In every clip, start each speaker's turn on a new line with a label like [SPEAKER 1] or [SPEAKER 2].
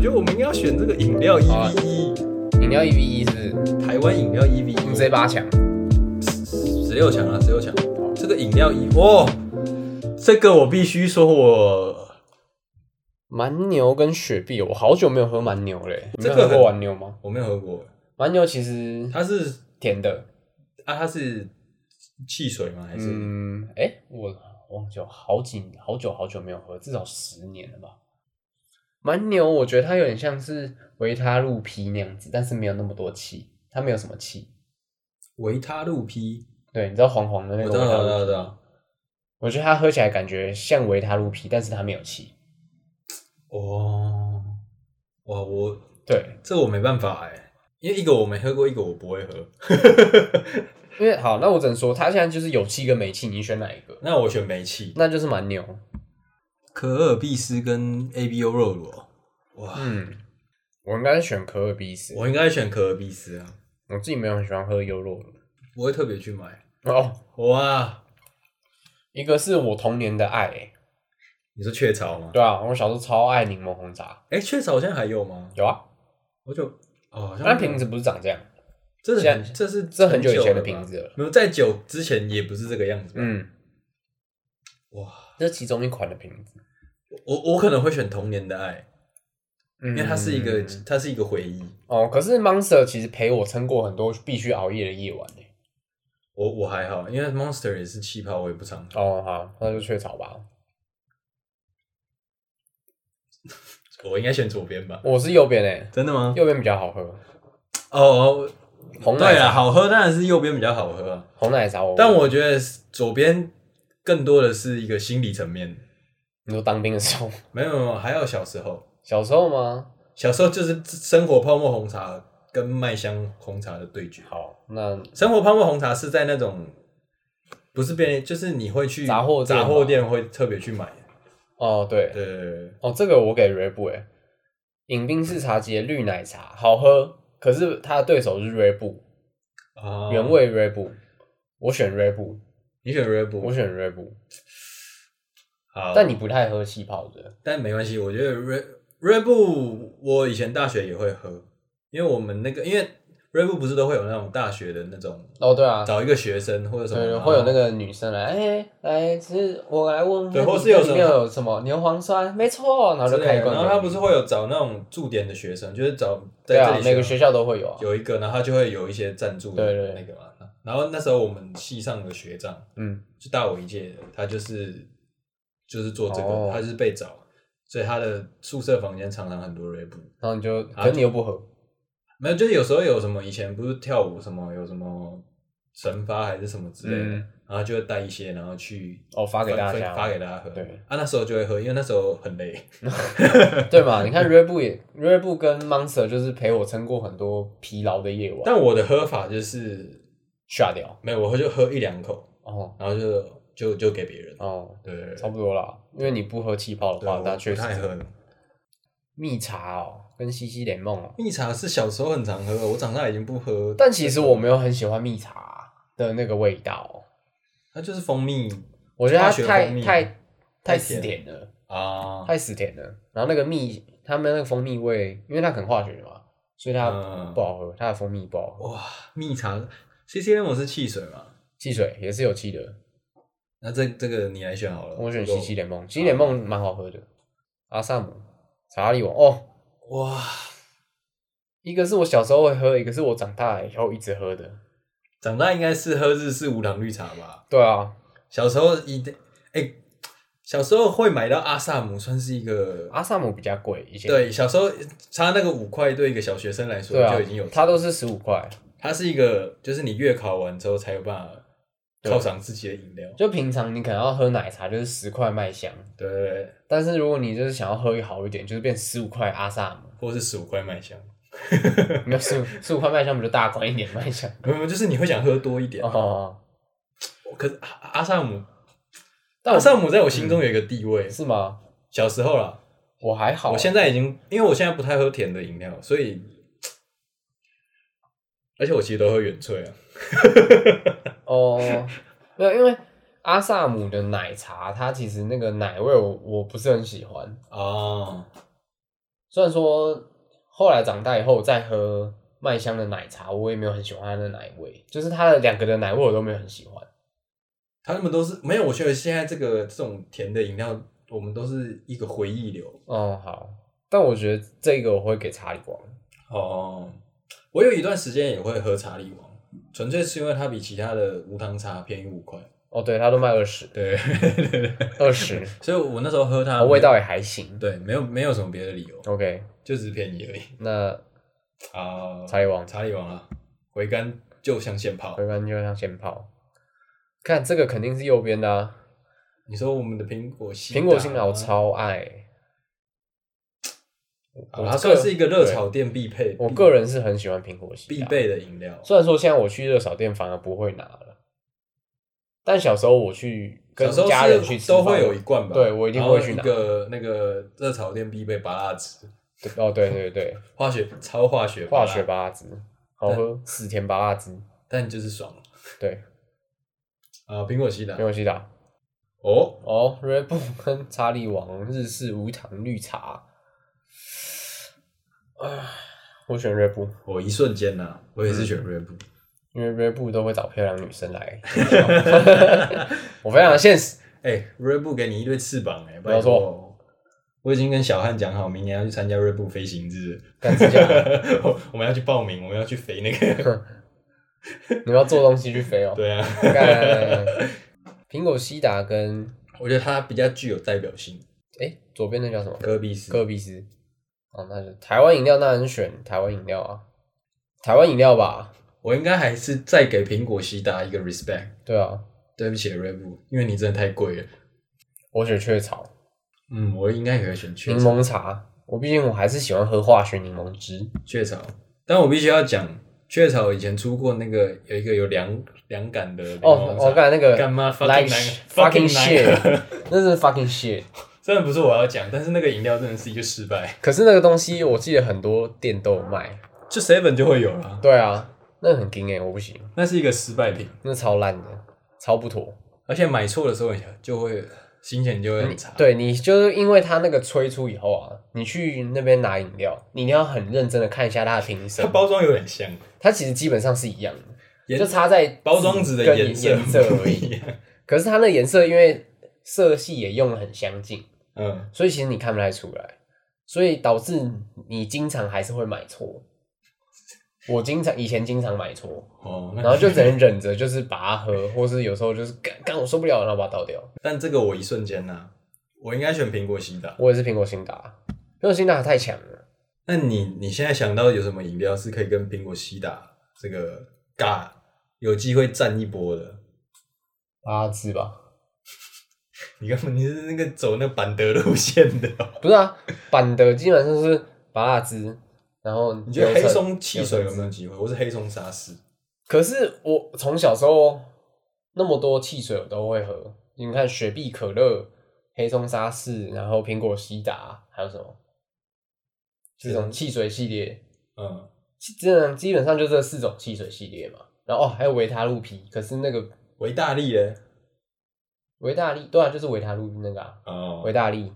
[SPEAKER 1] 觉得我们应该要选这个饮料
[SPEAKER 2] 好啊
[SPEAKER 1] E V E，
[SPEAKER 2] 饮料一 v 一是
[SPEAKER 1] 台湾饮料 E V
[SPEAKER 2] 我们
[SPEAKER 1] E，
[SPEAKER 2] 直接八强，
[SPEAKER 1] 十六强啊，十六强。这个饮料 E 哦，这个我必须说我
[SPEAKER 2] 蛮牛跟雪碧，我好久没有喝蛮牛嘞。你
[SPEAKER 1] 这
[SPEAKER 2] 有
[SPEAKER 1] 个
[SPEAKER 2] 喝过
[SPEAKER 1] 很
[SPEAKER 2] 蛮牛吗？
[SPEAKER 1] 我没有喝过，
[SPEAKER 2] 蛮牛其实
[SPEAKER 1] 它是
[SPEAKER 2] 甜的，
[SPEAKER 1] 啊，它是汽水吗？还是、
[SPEAKER 2] 嗯，哎、我忘记了好几好久好久没有喝，至少十年了吧。蛮牛，我觉得它有点像是维他露 P 那样子，但是没有那么多气，它没有什么气。
[SPEAKER 1] 维他露 P？
[SPEAKER 2] 对，你知道黄黄的那
[SPEAKER 1] 我
[SPEAKER 2] 个
[SPEAKER 1] 知
[SPEAKER 2] 维
[SPEAKER 1] 道，
[SPEAKER 2] 他
[SPEAKER 1] 我知道，
[SPEAKER 2] 露
[SPEAKER 1] 我
[SPEAKER 2] P，
[SPEAKER 1] 知道。
[SPEAKER 2] 我觉得它喝起来感觉像维他露 P，但是它没有气。
[SPEAKER 1] 哦，哇，我
[SPEAKER 2] 对，
[SPEAKER 1] 这我没办法哎，因为一个我没喝过，一个我不会喝。
[SPEAKER 2] 因为好，那我只能说它现在就是有气跟没气，你选哪一个？
[SPEAKER 1] 那我选煤气，
[SPEAKER 2] 那就是蛮牛。
[SPEAKER 1] 可尔必斯跟 A B O 肉乳哦。哇，
[SPEAKER 2] 嗯，我应该是选可尔必斯，
[SPEAKER 1] 我应该选可尔必斯啊，
[SPEAKER 2] 我自己没有很喜欢喝优酪乳。
[SPEAKER 1] 我会特别去买。
[SPEAKER 2] 哦，
[SPEAKER 1] 哇，
[SPEAKER 2] 一个是我童年的爱、欸
[SPEAKER 1] 你说雀巢吗？
[SPEAKER 2] 对啊，我小时候超爱柠檬红茶。
[SPEAKER 1] 哎，雀巢现在还有吗？
[SPEAKER 2] 有啊，
[SPEAKER 1] 我就哦，好像
[SPEAKER 2] 但瓶子不是长这样。
[SPEAKER 1] 这是
[SPEAKER 2] 现
[SPEAKER 1] 很
[SPEAKER 2] 在
[SPEAKER 1] 这是
[SPEAKER 2] 这很久以前
[SPEAKER 1] 了
[SPEAKER 2] 的
[SPEAKER 1] 吧
[SPEAKER 2] 瓶子了
[SPEAKER 1] 没有在久之前也不是这个样子吧。
[SPEAKER 2] 嗯，
[SPEAKER 1] 哇，
[SPEAKER 2] 这是其中一款的瓶子，
[SPEAKER 1] 我我可能会选童年的爱。
[SPEAKER 2] 因
[SPEAKER 1] 因为它是一个，
[SPEAKER 2] 嗯
[SPEAKER 1] 它是一个回忆。
[SPEAKER 2] 哦。可是 Monster 其实陪我撑过很多必须熬夜的夜晚欸
[SPEAKER 1] 我我还好，因为 Monster 也是气泡，我也不常喝。
[SPEAKER 2] 哦，好，那就雀巢吧。
[SPEAKER 1] 我应该选左边吧？
[SPEAKER 2] 我是右边诶，
[SPEAKER 1] 真的吗？
[SPEAKER 2] 右边比较好喝，
[SPEAKER 1] 哦哦，
[SPEAKER 2] 红奶
[SPEAKER 1] 对啊，
[SPEAKER 2] 茶，
[SPEAKER 1] 好喝当然是右边比较好喝啊，
[SPEAKER 2] 红奶茶我。
[SPEAKER 1] 但我觉得左边更多的是一个心理层面。
[SPEAKER 2] 你说当兵的时候，
[SPEAKER 1] 没有没有，还有小时候，
[SPEAKER 2] 小时候吗？
[SPEAKER 1] 小时候就是生活泡沫红茶跟麦香红茶的对决。
[SPEAKER 2] 好，那
[SPEAKER 1] 生活泡沫红茶是在那种不是便利，就是你会去
[SPEAKER 2] 杂货店
[SPEAKER 1] 杂
[SPEAKER 2] 吧
[SPEAKER 1] 货店会特别去买。
[SPEAKER 2] 哦对，
[SPEAKER 1] 对对对对，
[SPEAKER 2] 哦这个我给 Reb 诶，饮冰式茶节绿奶茶好喝，可是它的对手是 Reb
[SPEAKER 1] 啊
[SPEAKER 2] 原。味 Reb，我选 Reb，
[SPEAKER 1] 你选 Red
[SPEAKER 2] 我
[SPEAKER 1] Bull，
[SPEAKER 2] 选 Reb。
[SPEAKER 1] 好，
[SPEAKER 2] 但你不太喝气泡的，
[SPEAKER 1] 但没关系，我觉得 Red Red Bull 我以前大学也会喝，因为我们那个因为 Red Bull 不是都会有那种大学的那种
[SPEAKER 2] 哦，对啊，
[SPEAKER 1] 找一个学生或者什么，
[SPEAKER 2] 对，
[SPEAKER 1] 然后
[SPEAKER 2] 会有那个女生来，哎，来，是我来问问，
[SPEAKER 1] 对
[SPEAKER 2] 你
[SPEAKER 1] 或是有
[SPEAKER 2] 这里面
[SPEAKER 1] 什么
[SPEAKER 2] 有什么牛磺酸？没错，然后
[SPEAKER 1] 之
[SPEAKER 2] 就开
[SPEAKER 1] 类
[SPEAKER 2] 一
[SPEAKER 1] 的
[SPEAKER 2] 罐给
[SPEAKER 1] 然
[SPEAKER 2] 你，
[SPEAKER 1] 后他不是会有找那种驻点的学生，就是找在
[SPEAKER 2] 对
[SPEAKER 1] 这
[SPEAKER 2] 啊
[SPEAKER 1] 里，
[SPEAKER 2] 每个学校都会有啊，
[SPEAKER 1] 有一个，然后他就会有一些赞助的
[SPEAKER 2] 对对
[SPEAKER 1] 那个嘛。然后那时候我们系上的学长
[SPEAKER 2] 嗯，
[SPEAKER 1] 就大我一届的，他就是就是做这个，
[SPEAKER 2] 哦
[SPEAKER 1] 他就是被找，所以他的宿舍房间常常很多 Red Bull。
[SPEAKER 2] 然后你就，可是你又不喝，
[SPEAKER 1] 没有，啊就是有时候有什么以前不是跳舞什么有什么神发还是什么之类的，
[SPEAKER 2] 嗯
[SPEAKER 1] 然后就会带一些，然后去
[SPEAKER 2] 哦，发给
[SPEAKER 1] 分
[SPEAKER 2] 大
[SPEAKER 1] 分
[SPEAKER 2] 家，
[SPEAKER 1] 发给大家喝。
[SPEAKER 2] 对
[SPEAKER 1] 啊，那时候就会喝，因为那时候很累。
[SPEAKER 2] 对嘛？你看 Red Bull 也，Red Bull 跟 Monster 就是陪我撑过很多疲劳的夜晚，
[SPEAKER 1] 但我的喝法就是
[SPEAKER 2] 下掉，
[SPEAKER 1] 没有，我就喝一两口，
[SPEAKER 2] 哦
[SPEAKER 1] 然后就就就给别人。
[SPEAKER 2] 哦，
[SPEAKER 1] 对对对，
[SPEAKER 2] 差不多啦，因为你不喝气泡的
[SPEAKER 1] 对
[SPEAKER 2] 话，
[SPEAKER 1] 我
[SPEAKER 2] 那确
[SPEAKER 1] 不太
[SPEAKER 2] 实
[SPEAKER 1] 喝。
[SPEAKER 2] 蜜茶哦，跟西西柠檬哦，
[SPEAKER 1] 蜜茶是小时候很常喝，我长大已经不喝。
[SPEAKER 2] 但其实我没有很喜欢蜜茶的那个味道，哦
[SPEAKER 1] 它就是蜂蜜
[SPEAKER 2] 我觉得
[SPEAKER 1] 化
[SPEAKER 2] 它
[SPEAKER 1] 学蜂
[SPEAKER 2] 太
[SPEAKER 1] 蜜
[SPEAKER 2] 太
[SPEAKER 1] 太
[SPEAKER 2] 太死
[SPEAKER 1] 甜
[SPEAKER 2] 甜了，
[SPEAKER 1] 啊，
[SPEAKER 2] 太死甜了。然后那个蜜，他们那个蜂蜜味，因为它很化学嘛，所以它
[SPEAKER 1] 嗯
[SPEAKER 2] 不好喝，它的蜂蜜不好喝。
[SPEAKER 1] 哇，蜜茶 C C M 我是汽水嘛，
[SPEAKER 2] 汽水也是有气的，
[SPEAKER 1] 那这这个你来选好了。
[SPEAKER 2] 我选
[SPEAKER 1] 这个
[SPEAKER 2] 西西联盟，西西联盟蛮好喝的。阿萨姆、查理王哦，
[SPEAKER 1] 哇，
[SPEAKER 2] 一个是我小时候会喝，一个是我长大以后一直喝的。
[SPEAKER 1] 长大应该是喝日式无糖绿茶吧？
[SPEAKER 2] 对啊，
[SPEAKER 1] 小时候一定，哎、小时候会买到阿萨姆，算是一个、
[SPEAKER 2] 阿萨姆比较贵，以前
[SPEAKER 1] 对。小时候差那个五块，对一个小学生来说
[SPEAKER 2] 对啊
[SPEAKER 1] 就已经有。，
[SPEAKER 2] 它都是十五块，
[SPEAKER 1] 它是一个，就是你月考完之后才有办法犒赏自己的饮料。
[SPEAKER 2] 就平常你可能要喝奶茶就是十块麦香，
[SPEAKER 1] 对对对，
[SPEAKER 2] 但是如果你就是想要喝好一点，就是变十五块阿萨姆，
[SPEAKER 1] 或是十五块麦香，
[SPEAKER 2] 没有十五 十五块麦香不就大罐一点麦 香？
[SPEAKER 1] 没有，没有就是你会想喝多一点。
[SPEAKER 2] 哦，
[SPEAKER 1] 可是阿阿萨姆，
[SPEAKER 2] 但
[SPEAKER 1] 阿
[SPEAKER 2] 我
[SPEAKER 1] 萨姆在我嗯心中有一个地位。
[SPEAKER 2] 是吗？
[SPEAKER 1] 小时候啦，
[SPEAKER 2] 我还好，
[SPEAKER 1] 我现在已经，因为我现在不太喝甜的饮料，所以，而且我其实都喝原萃啊。
[SPEAKER 2] 哦， 没有，因为阿萨姆的奶茶它其实那个奶味我我不是很喜欢，
[SPEAKER 1] 哦，
[SPEAKER 2] 虽然说后来长大以后我再喝麦香的奶茶，我也没有很喜欢它的奶味，就是它的两个的奶味我都没有很喜欢。
[SPEAKER 1] 他们都是没有。我觉得现在这个这种甜的饮料，我们都是一个回忆流。
[SPEAKER 2] 哦，好，但我觉得这个我会给查理王。
[SPEAKER 1] 哦，我有一段时间也会喝茶力王，纯粹是因为它比其他的无糖茶便宜五块。
[SPEAKER 2] 哦，对，它都卖二十，
[SPEAKER 1] 对，哦对对对
[SPEAKER 2] 二十， 哦
[SPEAKER 1] 所以我那时候喝它，
[SPEAKER 2] 味道也还行。
[SPEAKER 1] 对，没有没有什么别的理由，
[SPEAKER 2] OK，
[SPEAKER 1] 就只是便宜而已。
[SPEAKER 2] 那
[SPEAKER 1] 啊，
[SPEAKER 2] 查理 王
[SPEAKER 1] 查理王啊，回甘就像现泡。
[SPEAKER 2] 回甘就像仙泡，看这个肯定是右边的啊。
[SPEAKER 1] 你说我们的苹果西
[SPEAKER 2] 苹果新
[SPEAKER 1] 达
[SPEAKER 2] 奶我超爱，
[SPEAKER 1] 好
[SPEAKER 2] 我
[SPEAKER 1] 啦
[SPEAKER 2] 个
[SPEAKER 1] 啊它算是一个热炒店必配，
[SPEAKER 2] 我
[SPEAKER 1] 必
[SPEAKER 2] 个人是很喜欢苹果西
[SPEAKER 1] 必
[SPEAKER 2] 达。
[SPEAKER 1] 备的饮料。
[SPEAKER 2] 虽然说现在我去热炒店反而不会拿了，但小时候我去跟
[SPEAKER 1] 小时候
[SPEAKER 2] 家人去
[SPEAKER 1] 是
[SPEAKER 2] 吃
[SPEAKER 1] 都
[SPEAKER 2] 饭
[SPEAKER 1] 会有一罐吧？
[SPEAKER 2] 对我一定会去
[SPEAKER 1] 然
[SPEAKER 2] 拿
[SPEAKER 1] 后一个那个热炒店必备拔辣汁，
[SPEAKER 2] 对哦，对对对，
[SPEAKER 1] 化学超化学拔
[SPEAKER 2] 化
[SPEAKER 1] 辣
[SPEAKER 2] 学，八辣汁好喝，死甜八辣汁，
[SPEAKER 1] 但就是爽
[SPEAKER 2] 对，
[SPEAKER 1] 啊！苹果西达
[SPEAKER 2] 没有西打
[SPEAKER 1] 哦，
[SPEAKER 2] 哦。Red Bull 跟查理王日式无糖绿茶，啊，我选 Red Bull，
[SPEAKER 1] 我一瞬间呐，我也是
[SPEAKER 2] 嗯
[SPEAKER 1] 选 Red Bull。
[SPEAKER 2] 因为 Red Bull 都会找漂亮女生来， 我非常现实。
[SPEAKER 1] 哎，Red Bull 给你一对翅膀哎，
[SPEAKER 2] 没有
[SPEAKER 1] 拜
[SPEAKER 2] 错
[SPEAKER 1] 托。我已经跟小汉讲好，明年要去参加 Red Bull 飞行日，
[SPEAKER 2] 干指甲，
[SPEAKER 1] 我我们要去报名，我们要去飞那个。
[SPEAKER 2] 你要做东西去飞哦。
[SPEAKER 1] 对啊，
[SPEAKER 2] 干，苹果西达跟
[SPEAKER 1] 我觉得它比较具有代表性。
[SPEAKER 2] 哎、左边那叫什么？
[SPEAKER 1] 戈壁斯
[SPEAKER 2] 戈壁斯。哦，那就台湾饮料，那你选台湾饮料啊，台湾饮料吧。
[SPEAKER 1] 我应该还是再给苹果西达一个 respect。
[SPEAKER 2] 对啊，
[SPEAKER 1] 对不起 r e b 因为你真的太贵了。
[SPEAKER 2] 我选雀巢
[SPEAKER 1] 嗯，我应该也会选雀
[SPEAKER 2] 柠
[SPEAKER 1] 巢。
[SPEAKER 2] 檬茶。我毕竟我还是喜欢喝化学柠檬汁。
[SPEAKER 1] 雀巢，但我必须要讲，雀巢以前出过那个有一个有凉凉感的柠
[SPEAKER 2] 哦
[SPEAKER 1] 檬，茶
[SPEAKER 2] 我刚才那个
[SPEAKER 1] 干妈 fucking
[SPEAKER 2] like
[SPEAKER 1] 难
[SPEAKER 2] fucking
[SPEAKER 1] fucking
[SPEAKER 2] shit，那是 fucking shit。
[SPEAKER 1] 虽然不是我要讲，但是那个饮料真的是一个失败，
[SPEAKER 2] 可是那个东西，我记得很多店都有卖。
[SPEAKER 1] 就 seven 就会有了，
[SPEAKER 2] 对啊，那很惊诶、我不行，
[SPEAKER 1] 那是一个失败品，
[SPEAKER 2] 那超烂的，超不妥。
[SPEAKER 1] 而且买错的时候就会心情就会很差。
[SPEAKER 2] 对你就是因为它那个催出以后啊，你去那边拿饮料，你一定要很认真的看一下它的评
[SPEAKER 1] 它
[SPEAKER 2] 审，
[SPEAKER 1] 包装有点像，
[SPEAKER 2] 它其实基本上是一样的，
[SPEAKER 1] 颜
[SPEAKER 2] 就差在
[SPEAKER 1] 包装纸的
[SPEAKER 2] 跟
[SPEAKER 1] 颜
[SPEAKER 2] 颜
[SPEAKER 1] 色
[SPEAKER 2] 色
[SPEAKER 1] 不
[SPEAKER 2] 而
[SPEAKER 1] 一
[SPEAKER 2] 已。
[SPEAKER 1] 样。
[SPEAKER 2] 可是它那颜色因为色系也用的很相近，
[SPEAKER 1] 嗯，
[SPEAKER 2] 所以其实你看不太出来，所以导致你经常还是会买错。我经常以前经常买错，
[SPEAKER 1] 哦，
[SPEAKER 2] 然
[SPEAKER 1] 那
[SPEAKER 2] 后就只能忍着，就是把它喝，或是有时候就是干干我受不了，然后把它倒掉。
[SPEAKER 1] 但这个我一瞬间呐、我应该选苹果西达。
[SPEAKER 2] 我也是苹果新达，苹果新达太强了。
[SPEAKER 1] 那你你现在想到有什么饮料是可以跟苹果西打这个尬有机会战一波的？
[SPEAKER 2] 八字吧？
[SPEAKER 1] 你根本你是那个走那板德路线的 哦、
[SPEAKER 2] 不是啊，板的基本上是拔蜡汁，然后
[SPEAKER 1] 你觉得黑
[SPEAKER 2] 流程
[SPEAKER 1] 松汽水有没有机会？或是黑松沙士？
[SPEAKER 2] 可是我从小时候那么多汽水我都会喝，你看雪碧、可乐、黑松沙士，然后苹果西达，还有什么？这
[SPEAKER 1] 啊
[SPEAKER 2] 种汽水系列，
[SPEAKER 1] 嗯，
[SPEAKER 2] 基基本上基本上就这四种汽水系列嘛。然后哦，还有维他露皮，可是那个
[SPEAKER 1] 维大利嘞？
[SPEAKER 2] 维大利，对啊，就是维他露那个啊，
[SPEAKER 1] 哦
[SPEAKER 2] 维，大利，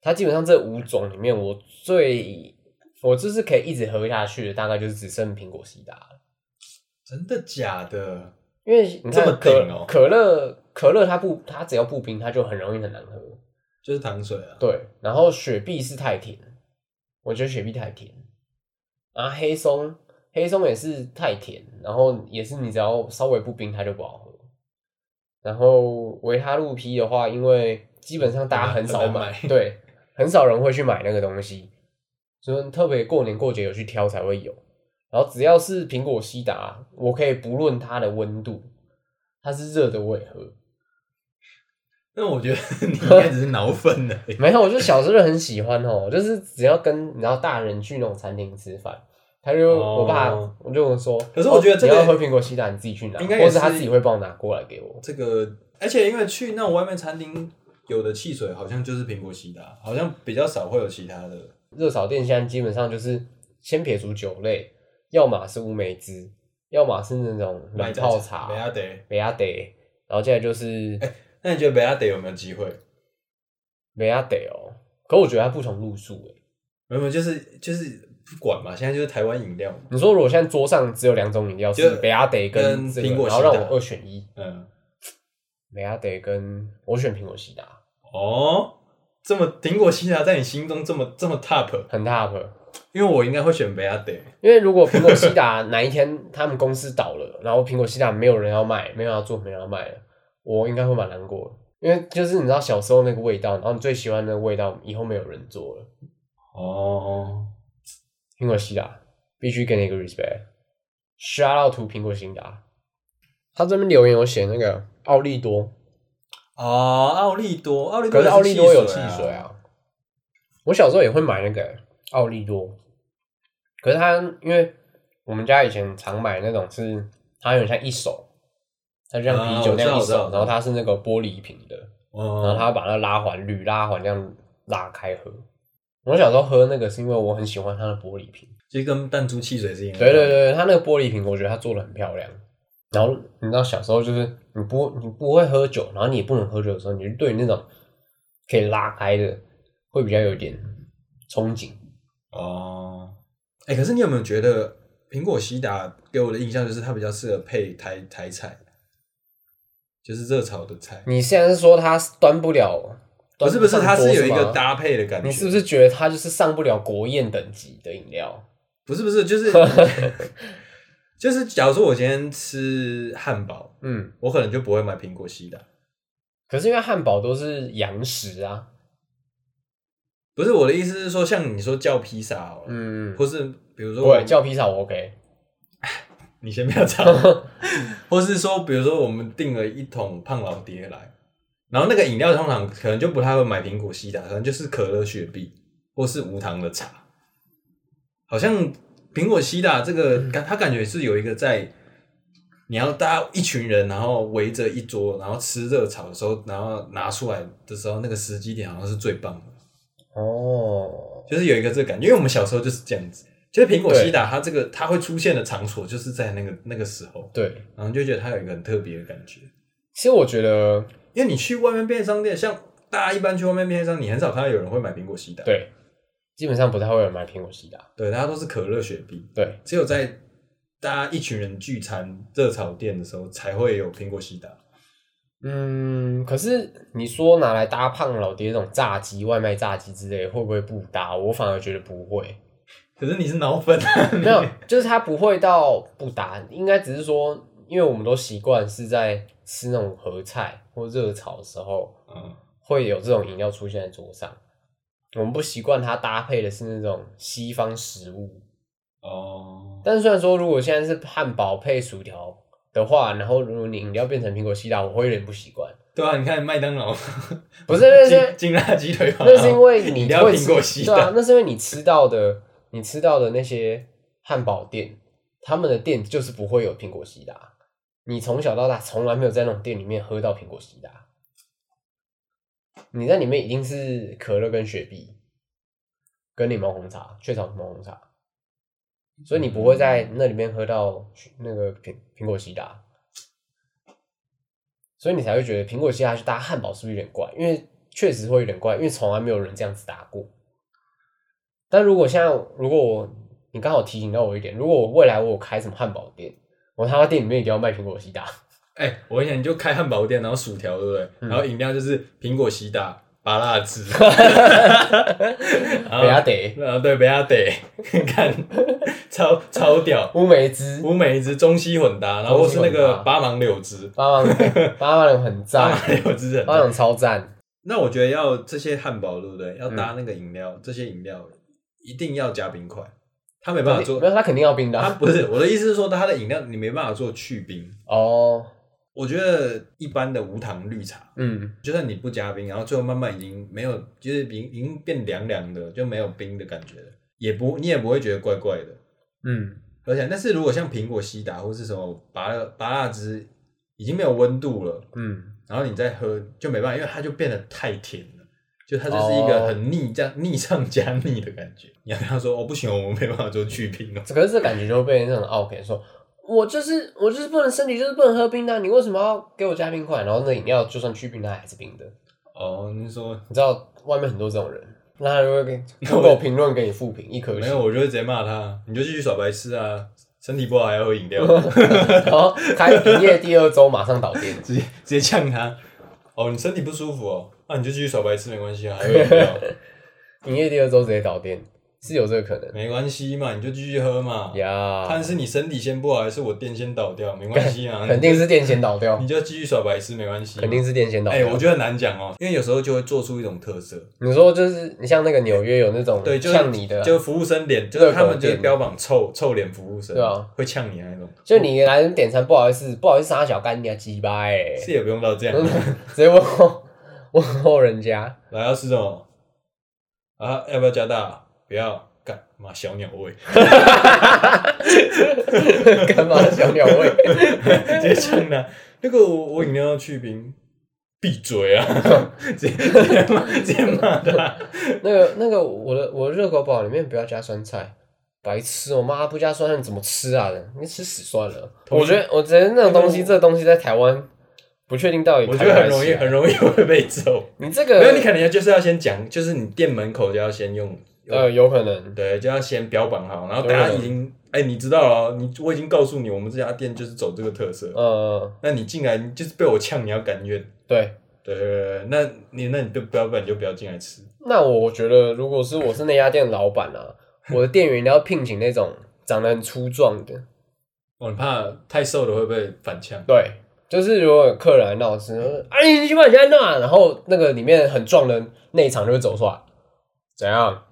[SPEAKER 2] 它基本上这五种里面，我最我就是可以一直喝下去的，大概就是只剩苹果西达了。
[SPEAKER 1] 真的假的？
[SPEAKER 2] 因为你看
[SPEAKER 1] 这么
[SPEAKER 2] 可
[SPEAKER 1] 顶哦
[SPEAKER 2] 可乐，可乐它不，它只要不冰，它就很容易很难喝。
[SPEAKER 1] 就是糖水啊。
[SPEAKER 2] 对，然后雪碧是太甜，我觉得雪碧太甜。然后黑松，黑松也是太甜，然后也是你只要稍微不冰，它就不好喝。然后维他露 P 的话，因为基本上大家很少
[SPEAKER 1] 很难
[SPEAKER 2] 买，
[SPEAKER 1] 买
[SPEAKER 2] 对，很少人会去买那个东西，所以特别过年过节有去挑才会有。然后只要是苹果西达，我可以不论它的温度，它是热的我也喝。
[SPEAKER 1] 那我觉得你应该只是脑粉 而已。
[SPEAKER 2] 没有，我就小时候就很喜欢哦，就是只要跟你知道大人去那种餐厅吃饭，他就、
[SPEAKER 1] 哦
[SPEAKER 2] 我爸我就跟我说，
[SPEAKER 1] 可是我觉得这个
[SPEAKER 2] 哦你要喝苹果西达，你自己去拿，
[SPEAKER 1] 应该也
[SPEAKER 2] 或
[SPEAKER 1] 是
[SPEAKER 2] 者他自己会帮我拿过来给我。
[SPEAKER 1] 这个，而且因为去那种外面餐厅，有的汽水好像就是苹果西打，好像比较少会有其他的。
[SPEAKER 2] 热炒店现在基本上就是先撇除酒类，要么是乌梅汁，要么是那种冷泡茶
[SPEAKER 1] 梅、亚德，
[SPEAKER 2] 美亚得，然后接下来就是
[SPEAKER 1] 那你觉得梅亚德有没有机会？
[SPEAKER 2] 美亚得哦。可我觉得它不同路数诶，
[SPEAKER 1] 没有，就是就是不管嘛，现在就是台湾饮料嘛，
[SPEAKER 2] 你说如果现在桌上只有两种饮料，
[SPEAKER 1] 就是
[SPEAKER 2] 北亚得
[SPEAKER 1] 跟
[SPEAKER 2] 这个
[SPEAKER 1] 苹果
[SPEAKER 2] 然后
[SPEAKER 1] 西
[SPEAKER 2] 让
[SPEAKER 1] 打
[SPEAKER 2] 我二选一，
[SPEAKER 1] 嗯，
[SPEAKER 2] 北亚得跟我选苹果西达，
[SPEAKER 1] 哦，这么苹果西达在你心中这么这么 top，
[SPEAKER 2] 很 top。
[SPEAKER 1] 因为我应该会选贝亚德，
[SPEAKER 2] 因为如果苹果西达哪一天他们公司倒了，然后苹果西达没有人要卖，没有人要做，没有人要卖了，我应该会蛮难过的。因为就是你知道小时候那个味道，然后你最喜欢的那个味道，以后没有人做了。
[SPEAKER 1] 哦，
[SPEAKER 2] 苹果西达必须给你一个 respect。Shout out to 苹果西达，他这边留言有写那个奥利多，
[SPEAKER 1] 哦，奥利多，奥利多也
[SPEAKER 2] 可是
[SPEAKER 1] 是
[SPEAKER 2] 奥利多有汽
[SPEAKER 1] 汽
[SPEAKER 2] 水
[SPEAKER 1] 水，
[SPEAKER 2] 啊。我小时候也会买那个奥利多，可是它因为我们家以前常买那种是它有点像一手，它就像啤
[SPEAKER 1] 啊
[SPEAKER 2] 酒
[SPEAKER 1] 我知道
[SPEAKER 2] 那样一
[SPEAKER 1] 我知道
[SPEAKER 2] 手
[SPEAKER 1] 我，知道
[SPEAKER 2] 然后它是那个玻璃瓶的，然后
[SPEAKER 1] 哦，
[SPEAKER 2] 它把它拉环铝拉环这样拉开喝。我小时候喝那个是因为我很喜欢它的玻璃瓶，
[SPEAKER 1] 其实跟弹珠汽水是一样，
[SPEAKER 2] 对对，对，它那个玻璃瓶我觉得它做的很漂亮。然后你知道小时候就是你不你不会喝酒，然后你也不能喝酒的时候，你就对那种可以拉开的会比较有点憧憬。
[SPEAKER 1] 哦，哎，可是你有没有觉得苹果西达给我的印象就是它比较适合配台台菜，就是热炒的菜，
[SPEAKER 2] 你现在是说它端不了？
[SPEAKER 1] 不是不是，
[SPEAKER 2] 端
[SPEAKER 1] 它
[SPEAKER 2] 上桌
[SPEAKER 1] 是有一
[SPEAKER 2] 吗
[SPEAKER 1] 个搭配的感觉，
[SPEAKER 2] 你是啊不是觉得它就是上不了国宴等级的饮料？
[SPEAKER 1] 不是不是，就是 就是，假如说我今天吃汉堡，
[SPEAKER 2] 嗯，
[SPEAKER 1] 我可能就不会买苹果西达。
[SPEAKER 2] 可是因为汉堡都是洋食啊，
[SPEAKER 1] 不是我的意思是说，像你说叫披萨好了，
[SPEAKER 2] 嗯，
[SPEAKER 1] 或是比如说
[SPEAKER 2] 不
[SPEAKER 1] 我
[SPEAKER 2] 会叫披萨我 OK，
[SPEAKER 1] 你先不要吵，或是说比如说我们订了一桶胖老爹来，然后那个饮料通常可能就不太会买苹果西达，可能就是可乐、雪碧或是无糖的茶。好像苹果西达这个感，它感觉是有一个在你要大家一群人，然后围着一桌，然后吃热炒的时候，然后拿出来的时候，那个时机点好像是最棒的。
[SPEAKER 2] 哦，
[SPEAKER 1] 就是有一个这个感觉，因为我们小时候就是这样子。就是苹果西打，它这个它会出现的场所就是在那个那个时候，
[SPEAKER 2] 对，
[SPEAKER 1] 然后你就觉得它有一个很特别的感觉。
[SPEAKER 2] 其实我觉得
[SPEAKER 1] 因为你去外面便利商店，像大家一般去外面便利商店，你很少看到有人会买苹果西打，
[SPEAKER 2] 对，基本上不太会有人买苹果西达，
[SPEAKER 1] 对，大家都是可乐、雪碧，
[SPEAKER 2] 对，
[SPEAKER 1] 只有在大家一群人聚餐热炒店的时候才会有苹果西打。
[SPEAKER 2] 嗯，可是你说拿来搭胖老爹这种炸鸡、外卖炸鸡之类，会不会不搭？我反而觉得不会，
[SPEAKER 1] 可是你是脑粉啊，
[SPEAKER 2] 没有，就是它不会到不搭，应该只是说，因为我们都习惯是在吃那种合菜或热炒的时候，
[SPEAKER 1] 嗯，
[SPEAKER 2] 会有这种饮料出现在桌上，我们不习惯它搭配的是那种西方食物。
[SPEAKER 1] 哦，
[SPEAKER 2] 但是虽然说，如果现在是汉堡配薯条的话，然后如果你饮料变成苹果西打，我会有点不习惯。
[SPEAKER 1] 对啊，你看麦当劳，
[SPEAKER 2] 不是那是
[SPEAKER 1] 金金辣鸡腿堡，
[SPEAKER 2] 那是因 为
[SPEAKER 1] 一定
[SPEAKER 2] 你
[SPEAKER 1] 要
[SPEAKER 2] 会
[SPEAKER 1] 苹
[SPEAKER 2] 吃
[SPEAKER 1] 果西
[SPEAKER 2] 对啊
[SPEAKER 1] 打，，
[SPEAKER 2] 那是因为你吃到的，你吃到的那些汉堡店，他们的店就是不会有苹果西达。你从小到大从来没有在那种店里面喝到苹果西达，你在里面一定是可乐跟雪碧，跟柠檬红茶、雀巢柠檬红茶，所以你不会在那里面喝到那个苹苹果西达，所以你才会觉得苹果西达去搭汉堡是不是有点怪？因为确实会有点怪，因为从来没有人这样子搭过。但如果现在，如果我你刚好提醒到我一点，如果我未来我有开什么汉堡店，我他妈店里面一定要卖苹果 西达，
[SPEAKER 1] 哎、我跟你讲，你就开汉堡店，然后薯条，对不对？
[SPEAKER 2] 嗯
[SPEAKER 1] 然后饮料就是苹果西打、拔辣汁，然
[SPEAKER 2] 不要
[SPEAKER 1] 后
[SPEAKER 2] 得
[SPEAKER 1] 然后啊对，不要得， 看超超屌，
[SPEAKER 2] 乌梅汁，
[SPEAKER 1] 乌梅汁、中西混搭，然后或是那
[SPEAKER 2] 中西混
[SPEAKER 1] 个
[SPEAKER 2] 搭
[SPEAKER 1] 八芒柳汁，
[SPEAKER 2] 八万八万人很
[SPEAKER 1] 八
[SPEAKER 2] 赞，
[SPEAKER 1] 芒柳汁很
[SPEAKER 2] 八万
[SPEAKER 1] 搭。
[SPEAKER 2] 人超赞，
[SPEAKER 1] 哎那我觉得要这些汉堡，对不对？要搭那个饮料，这些饮料一定要加冰块，他没办法做
[SPEAKER 2] 没，有他肯定要冰的
[SPEAKER 1] 他
[SPEAKER 2] 啊
[SPEAKER 1] 不是我的意思是说，他的饮料你没办法做去冰。
[SPEAKER 2] 哦，
[SPEAKER 1] 我觉得一般的无糖绿茶。
[SPEAKER 2] 嗯，
[SPEAKER 1] 就算你不加冰，然后最后慢慢已经没有，就是已经已经变凉凉的，就没有冰的感觉了，也不你也不会觉得怪怪的。
[SPEAKER 2] 嗯，
[SPEAKER 1] 而且，但是如果像苹果西打或是什么拔辣拔辣汁，已经没有温度了，
[SPEAKER 2] 嗯，
[SPEAKER 1] 然后你再喝就没办法，因为它就变得太甜了，就它就是一个
[SPEAKER 2] 哦
[SPEAKER 1] 很腻这样腻上加腻的感觉。你要跟他说哦不行，我们没办法做去冰哦。
[SPEAKER 2] 可是这感觉就会被那种 OK 说。我就是我就是不能身体就是不能喝冰的啊、你为什么要给我加冰块？然后那饮料就算去冰，它还是冰的。
[SPEAKER 1] 哦，你说
[SPEAKER 2] 你知道外面很多这种人，那他就会给 Google 评论给你复评一颗
[SPEAKER 1] 没
[SPEAKER 2] 星
[SPEAKER 1] 有，，我就会直接骂他，你就继续耍白痴啊，身体不好还要喝饮料，
[SPEAKER 2] 然后开营业第二周马上倒店。
[SPEAKER 1] 直接直接呛他。哦，你身体不舒服哦，那、你就继续耍白痴没关系啊，还有饮料
[SPEAKER 2] 营业第二周直接倒店，是有这个可能
[SPEAKER 1] 没关系嘛，你就继续喝 嘛。
[SPEAKER 2] 呀。
[SPEAKER 1] 看是你身体先不好，还是我店先倒掉，没关系啊，
[SPEAKER 2] 肯定是店先倒掉
[SPEAKER 1] 你，就继续耍白痴没关系嘛。
[SPEAKER 2] 肯定是店先倒
[SPEAKER 1] 嗯哎、
[SPEAKER 2] 掉。
[SPEAKER 1] 我觉得很难讲哦，因为有时候就会做出一种特色，
[SPEAKER 2] 你说就是你像那个纽约有那种
[SPEAKER 1] 对，就是
[SPEAKER 2] 像嗯你的，啊
[SPEAKER 1] 就是服务生脸，就是他们就是
[SPEAKER 2] 热狗店
[SPEAKER 1] 标榜臭臭脸服务生，
[SPEAKER 2] 对啊，
[SPEAKER 1] 会呛你那种，
[SPEAKER 2] 就你来这边点餐，不好意思，不好意思，傻小干你啊，鸡巴哎，
[SPEAKER 1] 是也不用到这样，
[SPEAKER 2] 直接问候问候人家，
[SPEAKER 1] 来要吃什么啊？要不要加大？不要，干妈小鸟 胃，
[SPEAKER 2] 干嘛小鸟胃？
[SPEAKER 1] 直接呛他。那个我我饮料要去冰，闭嘴啊！ 直接直接骂直接骂他，
[SPEAKER 2] 那个那个我的我的热狗堡里面不要加酸菜，白痴哦、妈不加酸菜你怎么吃啊？你吃屎算了。
[SPEAKER 1] 同意嗯
[SPEAKER 2] 我觉得我觉得那种东西，这个东西在台湾不确定到底
[SPEAKER 1] 我觉
[SPEAKER 2] 开啊
[SPEAKER 1] 得
[SPEAKER 2] 不
[SPEAKER 1] 很
[SPEAKER 2] 开
[SPEAKER 1] 容易
[SPEAKER 2] 起
[SPEAKER 1] 很
[SPEAKER 2] 来。
[SPEAKER 1] 容易会被揍。
[SPEAKER 2] 你这
[SPEAKER 1] 没有，你
[SPEAKER 2] 个
[SPEAKER 1] 可能就是要先讲，就是你店门口就要先用，
[SPEAKER 2] 呃有可能，
[SPEAKER 1] 对，就要先标榜好，然后大家已经，哎、你知道了哦，你我已经告诉你，我们这家店就是走这个特色。
[SPEAKER 2] 呃
[SPEAKER 1] 那你进来你就是被我呛，你要敢怨。
[SPEAKER 2] 对。
[SPEAKER 1] 对对对，对那你那你就不要，不然你就不要进来吃。
[SPEAKER 2] 那我觉得如果是我是那家店老板啊，我的店员一定要聘请那种长得很粗壮的，
[SPEAKER 1] 我很哦怕太瘦的会被反呛。
[SPEAKER 2] 对，就是如果有客人来闹事，就说哎，你去把人家那，然后那个里面很壮的那一场就会走出来，怎样？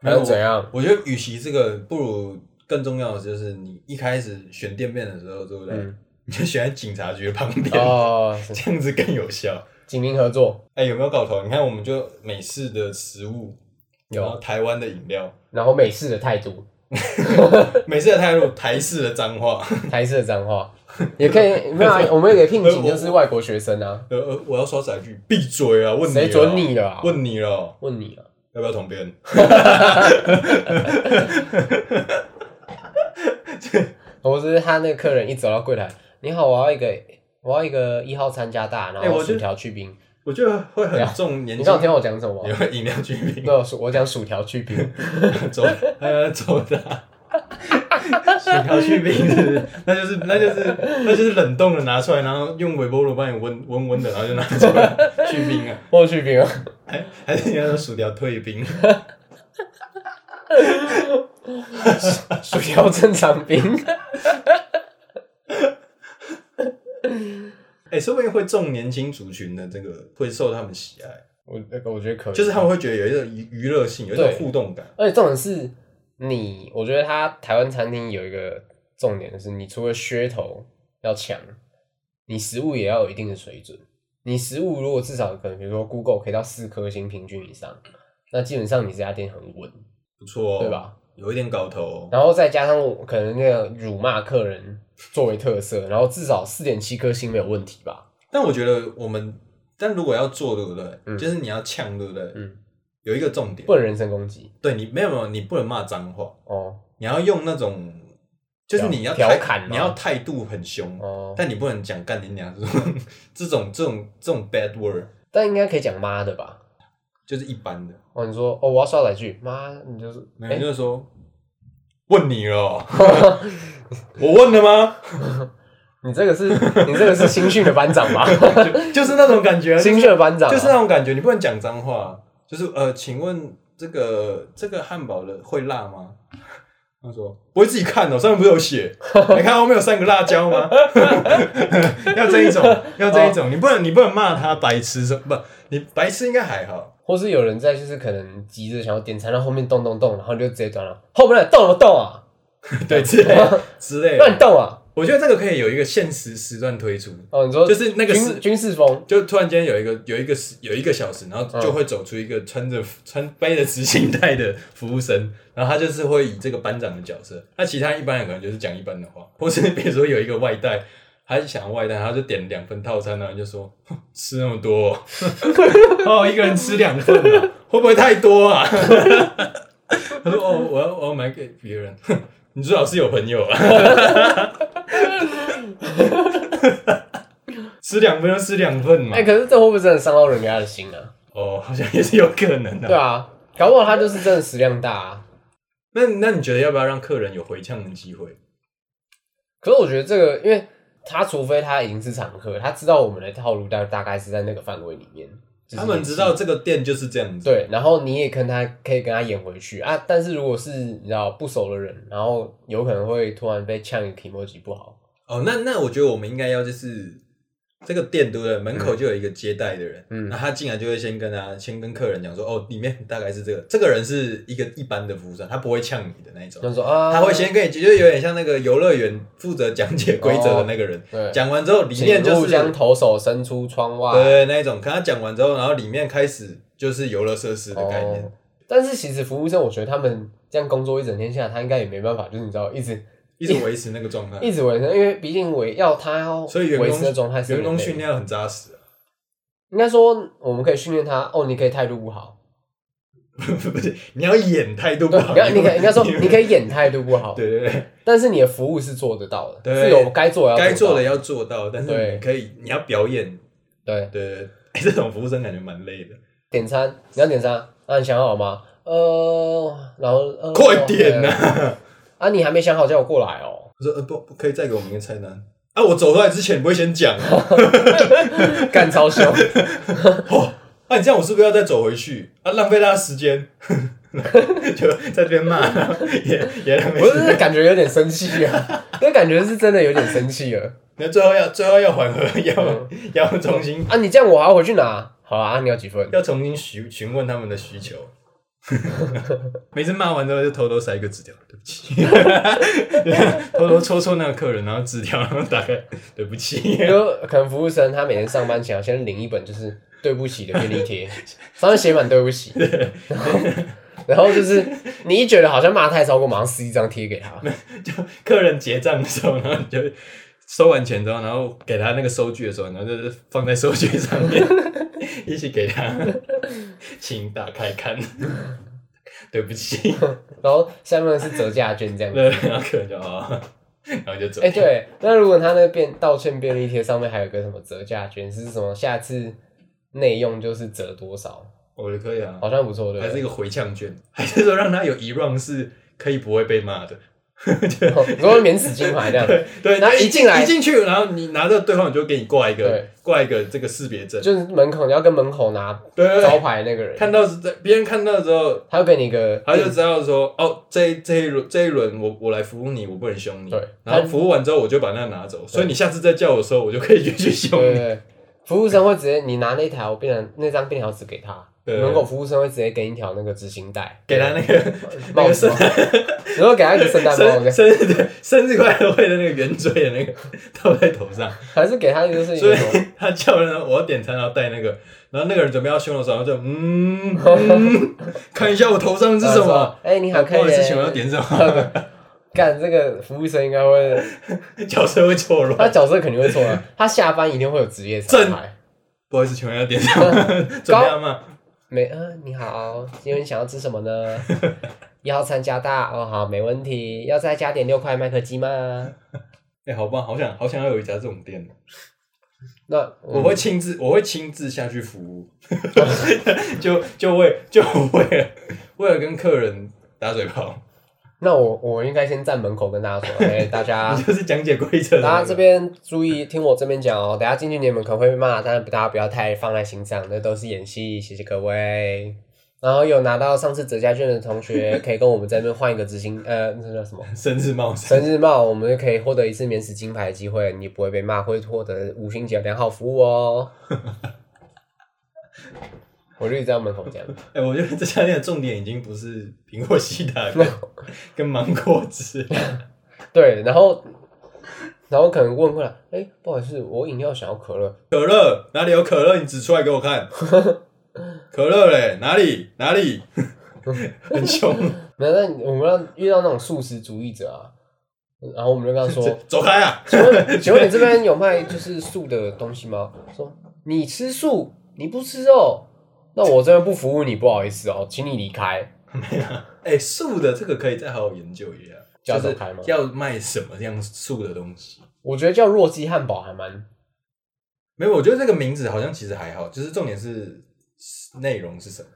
[SPEAKER 2] 还
[SPEAKER 1] 没有
[SPEAKER 2] 是怎样？
[SPEAKER 1] 我觉得，与其这个，不如更重要的就是你一开始选店面的时候，对不对？
[SPEAKER 2] 嗯
[SPEAKER 1] 你就选在警察局旁边，
[SPEAKER 2] 哦，是
[SPEAKER 1] 这样子更有效。
[SPEAKER 2] 紧邻合作，
[SPEAKER 1] 哎、有没有搞头？你看，我们就美式的食物，
[SPEAKER 2] 有
[SPEAKER 1] 然后台湾的饮料，
[SPEAKER 2] 然后美式的态度，
[SPEAKER 1] 美式的态度，台式的脏话。
[SPEAKER 2] 台式的 脏话，也可以。没有、啊，我们也可以聘请就是外国学生啊，
[SPEAKER 1] 呃呃，我要刷载具，闭嘴啊！问你，
[SPEAKER 2] 谁准？你了、啊？
[SPEAKER 1] 问你了，哦
[SPEAKER 2] 问你啊，
[SPEAKER 1] 要不要同编？
[SPEAKER 2] 我是他那个客人一走到柜台，你好，我要一个，我要一个一号餐加大，
[SPEAKER 1] 哎
[SPEAKER 2] 然
[SPEAKER 1] 我
[SPEAKER 2] 后
[SPEAKER 1] 觉得
[SPEAKER 2] 薯条去冰。
[SPEAKER 1] 我觉得会很重年
[SPEAKER 2] 啊你
[SPEAKER 1] 纪
[SPEAKER 2] 刚，有听到我讲什么
[SPEAKER 1] 也
[SPEAKER 2] 吗？
[SPEAKER 1] 会饮料居民
[SPEAKER 2] 对，我说我讲薯条去冰，
[SPEAKER 1] 走，还要走的啊。 薯条去冰是不是，那就是那就是那就是冷冻的拿出来，然后用微波炉帮你温温温的，然后就拿出来 去冰啊。
[SPEAKER 2] 我去冰啊。
[SPEAKER 1] 还还是你要说薯条退冰，啊
[SPEAKER 2] 薯条正常冰，
[SPEAKER 1] 哎、说不定会中年轻族群的这个会受他们喜爱，
[SPEAKER 2] 我那个我觉得可以，
[SPEAKER 1] 就是他们会觉得有一种娱娱乐性，有一种
[SPEAKER 2] 对
[SPEAKER 1] 互动感。
[SPEAKER 2] 而且重点是你，我觉得他台湾餐厅有一个重点是，你除了噱头要强，你食物也要有一定的水准。你食物如果至少可能，比如说 Google 可以到四颗星平均以上，那基本上你这家店很稳，
[SPEAKER 1] 不错、哦，
[SPEAKER 2] 对吧？
[SPEAKER 1] 有一点搞头、哦。
[SPEAKER 2] 然后再加上我可能那个辱骂客人作为特色，然后至少四点七颗星没有问题吧？
[SPEAKER 1] 但我觉得我们，但如果要做，对不对？
[SPEAKER 2] 嗯
[SPEAKER 1] 就是你要呛，对不对？
[SPEAKER 2] 嗯，
[SPEAKER 1] 有一个重点
[SPEAKER 2] 不，能人身攻击
[SPEAKER 1] 对你没有没有，你不能骂脏话，
[SPEAKER 2] 哦
[SPEAKER 1] 你要用那种，就是你要
[SPEAKER 2] 调
[SPEAKER 1] 态
[SPEAKER 2] 调侃吗
[SPEAKER 1] 你要态度很凶，
[SPEAKER 2] 哦，嗯但
[SPEAKER 1] 但你不能讲干你娘这种这种这种这种 bad word，
[SPEAKER 2] 但应该可以讲妈的吧？
[SPEAKER 1] 就是一般的，
[SPEAKER 2] 哦，你说哦，我要刷载具，妈，你就是
[SPEAKER 1] 没有、
[SPEAKER 2] 哎
[SPEAKER 1] 就是说问你了，哦 我问了吗？
[SPEAKER 2] 你这个是你这个是新训的班长 吧？
[SPEAKER 1] 就就是那种感觉 啊，
[SPEAKER 2] 新训的班长啊、
[SPEAKER 1] 就是那种感觉，你不能讲脏话，就是呃，请问这个这个汉堡的会辣吗？他说不会自己看哦，上面不是有写，你看后面有三个辣椒吗？ 要这一种，要这一种，你不能你不能骂他白痴什么不？你白痴应该还好，
[SPEAKER 2] 或是有人在就是可能急着想要点餐，然后后面动动动，然后就直接转了，后面的动什么动啊？
[SPEAKER 1] 对之类的之类
[SPEAKER 2] 乱
[SPEAKER 1] 的。
[SPEAKER 2] 动啊！
[SPEAKER 1] 我觉得这个可以有一个限时时段推出，
[SPEAKER 2] 哦，你说
[SPEAKER 1] 就是那个
[SPEAKER 2] 军
[SPEAKER 1] 时。
[SPEAKER 2] 军事风，
[SPEAKER 1] 就突然间有一个有一个时有一个小时，然后就会走出一个穿着穿背着执行带的服务生，然后他就是会以这个班长的角色。那其他一般人可能就是讲一般的话，或是比如说有一个外带，他想要外带，他就点两份套餐，然后就说哼吃那么多哦、 哦，一个人吃两份、啊，会不会太多啊？他说哦，我要我要买给别人， 哼你最好是有朋友啊。 吃两份就吃两份嘛
[SPEAKER 2] 哎、，可是这会不会真的伤到人家的心啊？
[SPEAKER 1] 哦，好像也是有可能的、
[SPEAKER 2] 对啊，搞不好他就是真的食量大啊。
[SPEAKER 1] 那那你觉得要不要让客人有回呛的机会？
[SPEAKER 2] 可是我觉得这个，因为他除非他已经是常客，他知道我们的套路大大概是在那个范围里面，就是
[SPEAKER 1] 他们知道这个店就是这样子，
[SPEAKER 2] 对，然后你也跟他可以跟他演回去啊。但是如果是你知道不熟的人，然后有可能会突然被呛一个 emoji 不好，
[SPEAKER 1] 哦，那那我觉得我们应该要就是这个店对不对？门口就有一个接待的人，
[SPEAKER 2] 嗯
[SPEAKER 1] 那他进来就会先跟他先跟客人讲说，哦，里面大概是这个，这个人是一个一般的服务生，他不会呛你的那一种，
[SPEAKER 2] 他说啊，
[SPEAKER 1] 他会先跟你解，就是有点像那个游乐园负责讲解规则的那个人，
[SPEAKER 2] 对，
[SPEAKER 1] 讲完之后里面就
[SPEAKER 2] 哦请勿
[SPEAKER 1] 是
[SPEAKER 2] 将头手伸出窗外，
[SPEAKER 1] 对那一种，跟他讲完之后，然后里面开始就是游乐设施的概念，
[SPEAKER 2] 哦但是其实服务生，我觉得他们这样工作一整天下来，他应该也没办法，就是你知道，一直
[SPEAKER 1] 一直维持那个状态，
[SPEAKER 2] 一直维持，因为毕竟维要他要
[SPEAKER 1] 所以员
[SPEAKER 2] 维持的
[SPEAKER 1] 工
[SPEAKER 2] 状态是
[SPEAKER 1] 员工
[SPEAKER 2] 很累
[SPEAKER 1] 训，练要很扎实啊，
[SPEAKER 2] 应该说我们可以训练他哦，你可以态度不好，
[SPEAKER 1] 不是你要演态度不
[SPEAKER 2] 对，
[SPEAKER 1] 好，
[SPEAKER 2] 呃你要你可以应该说
[SPEAKER 1] 你
[SPEAKER 2] 你可以演态度不好，
[SPEAKER 1] 对对对。
[SPEAKER 2] 但是你的服务是做得到的，
[SPEAKER 1] 对
[SPEAKER 2] 是有该做要
[SPEAKER 1] 该做
[SPEAKER 2] 做
[SPEAKER 1] 的
[SPEAKER 2] 要
[SPEAKER 1] 要做到，但是
[SPEAKER 2] 对
[SPEAKER 1] 你可以，你要表演，
[SPEAKER 2] 对
[SPEAKER 1] 对对对， 哎这种服务生感觉蛮累的。
[SPEAKER 2] 点餐，你要点餐，那你想好吗？呃，然后呃
[SPEAKER 1] 快点呐、
[SPEAKER 2] 对啊，你还没想好叫我过来哦，
[SPEAKER 1] 我说呃不，不可以再给我们一个菜单啊！我走出来之前不会先 讲啊！
[SPEAKER 2] 干超凶，
[SPEAKER 1] 哦，啊你这样我是不是要再走回去啊？浪费大家时间， 就在这边骂，然后也也浪费
[SPEAKER 2] 我
[SPEAKER 1] 时
[SPEAKER 2] 是
[SPEAKER 1] 间。
[SPEAKER 2] 感觉有点生气啊，那感觉是真的有点生气了。
[SPEAKER 1] 那最后要最后要缓和，
[SPEAKER 2] 嗯
[SPEAKER 1] 要要重新
[SPEAKER 2] 啊，你这样我还要回去拿。好啊，你要几分？
[SPEAKER 1] 要重新询询问他们的需求。每次骂完之后就偷偷塞一个纸条，对不起，偷偷戳戳那个客人，然后纸条，然后打开，对不起
[SPEAKER 2] 比，如可能服务生他每天上班前要先领一本就是对不起的便利贴，上面写满对不起，然后然 后就是你一觉得好像骂太超过，马上撕一张贴给他。
[SPEAKER 1] 就客人结账的时候，然后你就收完钱之后，然后给他那个收据的时候，然后就是放在收据上面， 一起给他，请打开看，对不起，
[SPEAKER 2] 然后下面是折价券这样子。
[SPEAKER 1] 对，然后客人就哦，然后就走。
[SPEAKER 2] 哎、对，那如果他那个便道歉便利贴上面还有个什么折价券，是什么？下次内用就是折多少，
[SPEAKER 1] 我觉得可以啊，
[SPEAKER 2] 好像不错，对
[SPEAKER 1] 还
[SPEAKER 2] 不
[SPEAKER 1] 是一
[SPEAKER 2] 对？
[SPEAKER 1] 个回呛券， 还是说让他有一 round 是可以不会被骂 的？就
[SPEAKER 2] 哦你说免死金牌这样，
[SPEAKER 1] 对，
[SPEAKER 2] 然后
[SPEAKER 1] 你
[SPEAKER 2] 一进来
[SPEAKER 1] 一进去，然后你拿到对方，你就给你挂一个
[SPEAKER 2] 对
[SPEAKER 1] 挂一个这个识别证，
[SPEAKER 2] 就是门口你要跟门口拿
[SPEAKER 1] 对对
[SPEAKER 2] 招
[SPEAKER 1] 对，
[SPEAKER 2] 牌那个人，
[SPEAKER 1] 看到是在别人看到之后，
[SPEAKER 2] 他会给你一个
[SPEAKER 1] 他就知道说哦，这一这一轮这一轮我我来服务你，我不能凶你。
[SPEAKER 2] 对
[SPEAKER 1] 然后服务完之后我就把那个拿走，所以你下次再叫我的时候，我就可以继续凶
[SPEAKER 2] 对对
[SPEAKER 1] 你。
[SPEAKER 2] 对，服务生会直接你拿那条便条那张便条纸给他，
[SPEAKER 1] 对
[SPEAKER 2] 门口服务生会直接给你一条那个执行带，
[SPEAKER 1] 给他那个那
[SPEAKER 2] 帽
[SPEAKER 1] 个
[SPEAKER 2] 子
[SPEAKER 1] 圣
[SPEAKER 2] 吗，然后给他一个圣诞帽
[SPEAKER 1] 生
[SPEAKER 2] 子，
[SPEAKER 1] 生日对生日快乐会的那个圆锥的那个 套在头上，
[SPEAKER 2] 还是给他一个就是一
[SPEAKER 1] 所
[SPEAKER 2] 个
[SPEAKER 1] 以
[SPEAKER 2] 什么
[SPEAKER 1] 他叫人我要点餐，然后带那个，然后那个人准备要凶的时候，他就嗯嗯， 看一下我头上是什么，？
[SPEAKER 2] 哎，你好，
[SPEAKER 1] 不
[SPEAKER 2] 看
[SPEAKER 1] 好意
[SPEAKER 2] 耶
[SPEAKER 1] 思，请问要点什么？
[SPEAKER 2] 干这个服务生应该会，
[SPEAKER 1] 角色会错乱
[SPEAKER 2] 他。角色肯定会错啊，他下班一定会有职业伤害。
[SPEAKER 1] 不好意思，请问要点什么？怎么样嘛？
[SPEAKER 2] 没，嗯、你好，今天想要吃什 么呢？一号餐加大哦，好，没问题。要再加点六块麦克鸡吗？
[SPEAKER 1] 哎、好棒，好想好想要有一家这种店哦。
[SPEAKER 2] 那嗯
[SPEAKER 1] 我会亲自，我会亲自下去服务， 就就为就为了为了跟客人打嘴炮，
[SPEAKER 2] 那我我应该先站门口跟大家说，哎、大家
[SPEAKER 1] 你就是讲解规则的那个。
[SPEAKER 2] 啊大家这边注意听我这边讲哦，等下进去你们可能会被骂，但是大家不要太放在心上，那都是演戏，谢谢各位。然后有拿到上次折价券的同学，可以跟我们这边换一个执行，呃，那叫什么？
[SPEAKER 1] 生日帽衫，
[SPEAKER 2] 生日帽，我们就可以获得一次免死金牌的机会，你不会被骂，会获得五星级的良好服务哦。我就一直在门口讲，
[SPEAKER 1] 哎、我觉得这家店的重点已经不是苹果西打跟跟芒果汁，
[SPEAKER 2] 对，然后然后可能问过来，哎、不好意思，我饮料想要可乐，
[SPEAKER 1] 可乐哪里有可乐？你指出来给我 看。可乐嘞，哪里哪里？很凶，，
[SPEAKER 2] 没有，那我们要遇到那种素食主义者啊，然后我们就跟他说
[SPEAKER 1] 走开啊！
[SPEAKER 2] 请问请问你这边有卖就是素的东西吗？说你吃素，你不吃肉，那我这边不服务你，不好意思哦，请你离开。
[SPEAKER 1] 哎、素的这个可以再好好研究一下，
[SPEAKER 2] 叫
[SPEAKER 1] 就
[SPEAKER 2] 走
[SPEAKER 1] 是
[SPEAKER 2] 开吗
[SPEAKER 1] 要卖什么样素的东西。
[SPEAKER 2] 我觉得叫弱鸡汉堡还蛮
[SPEAKER 1] 没有，我觉得这个名字好像其实还好，就是重点是内容是什么。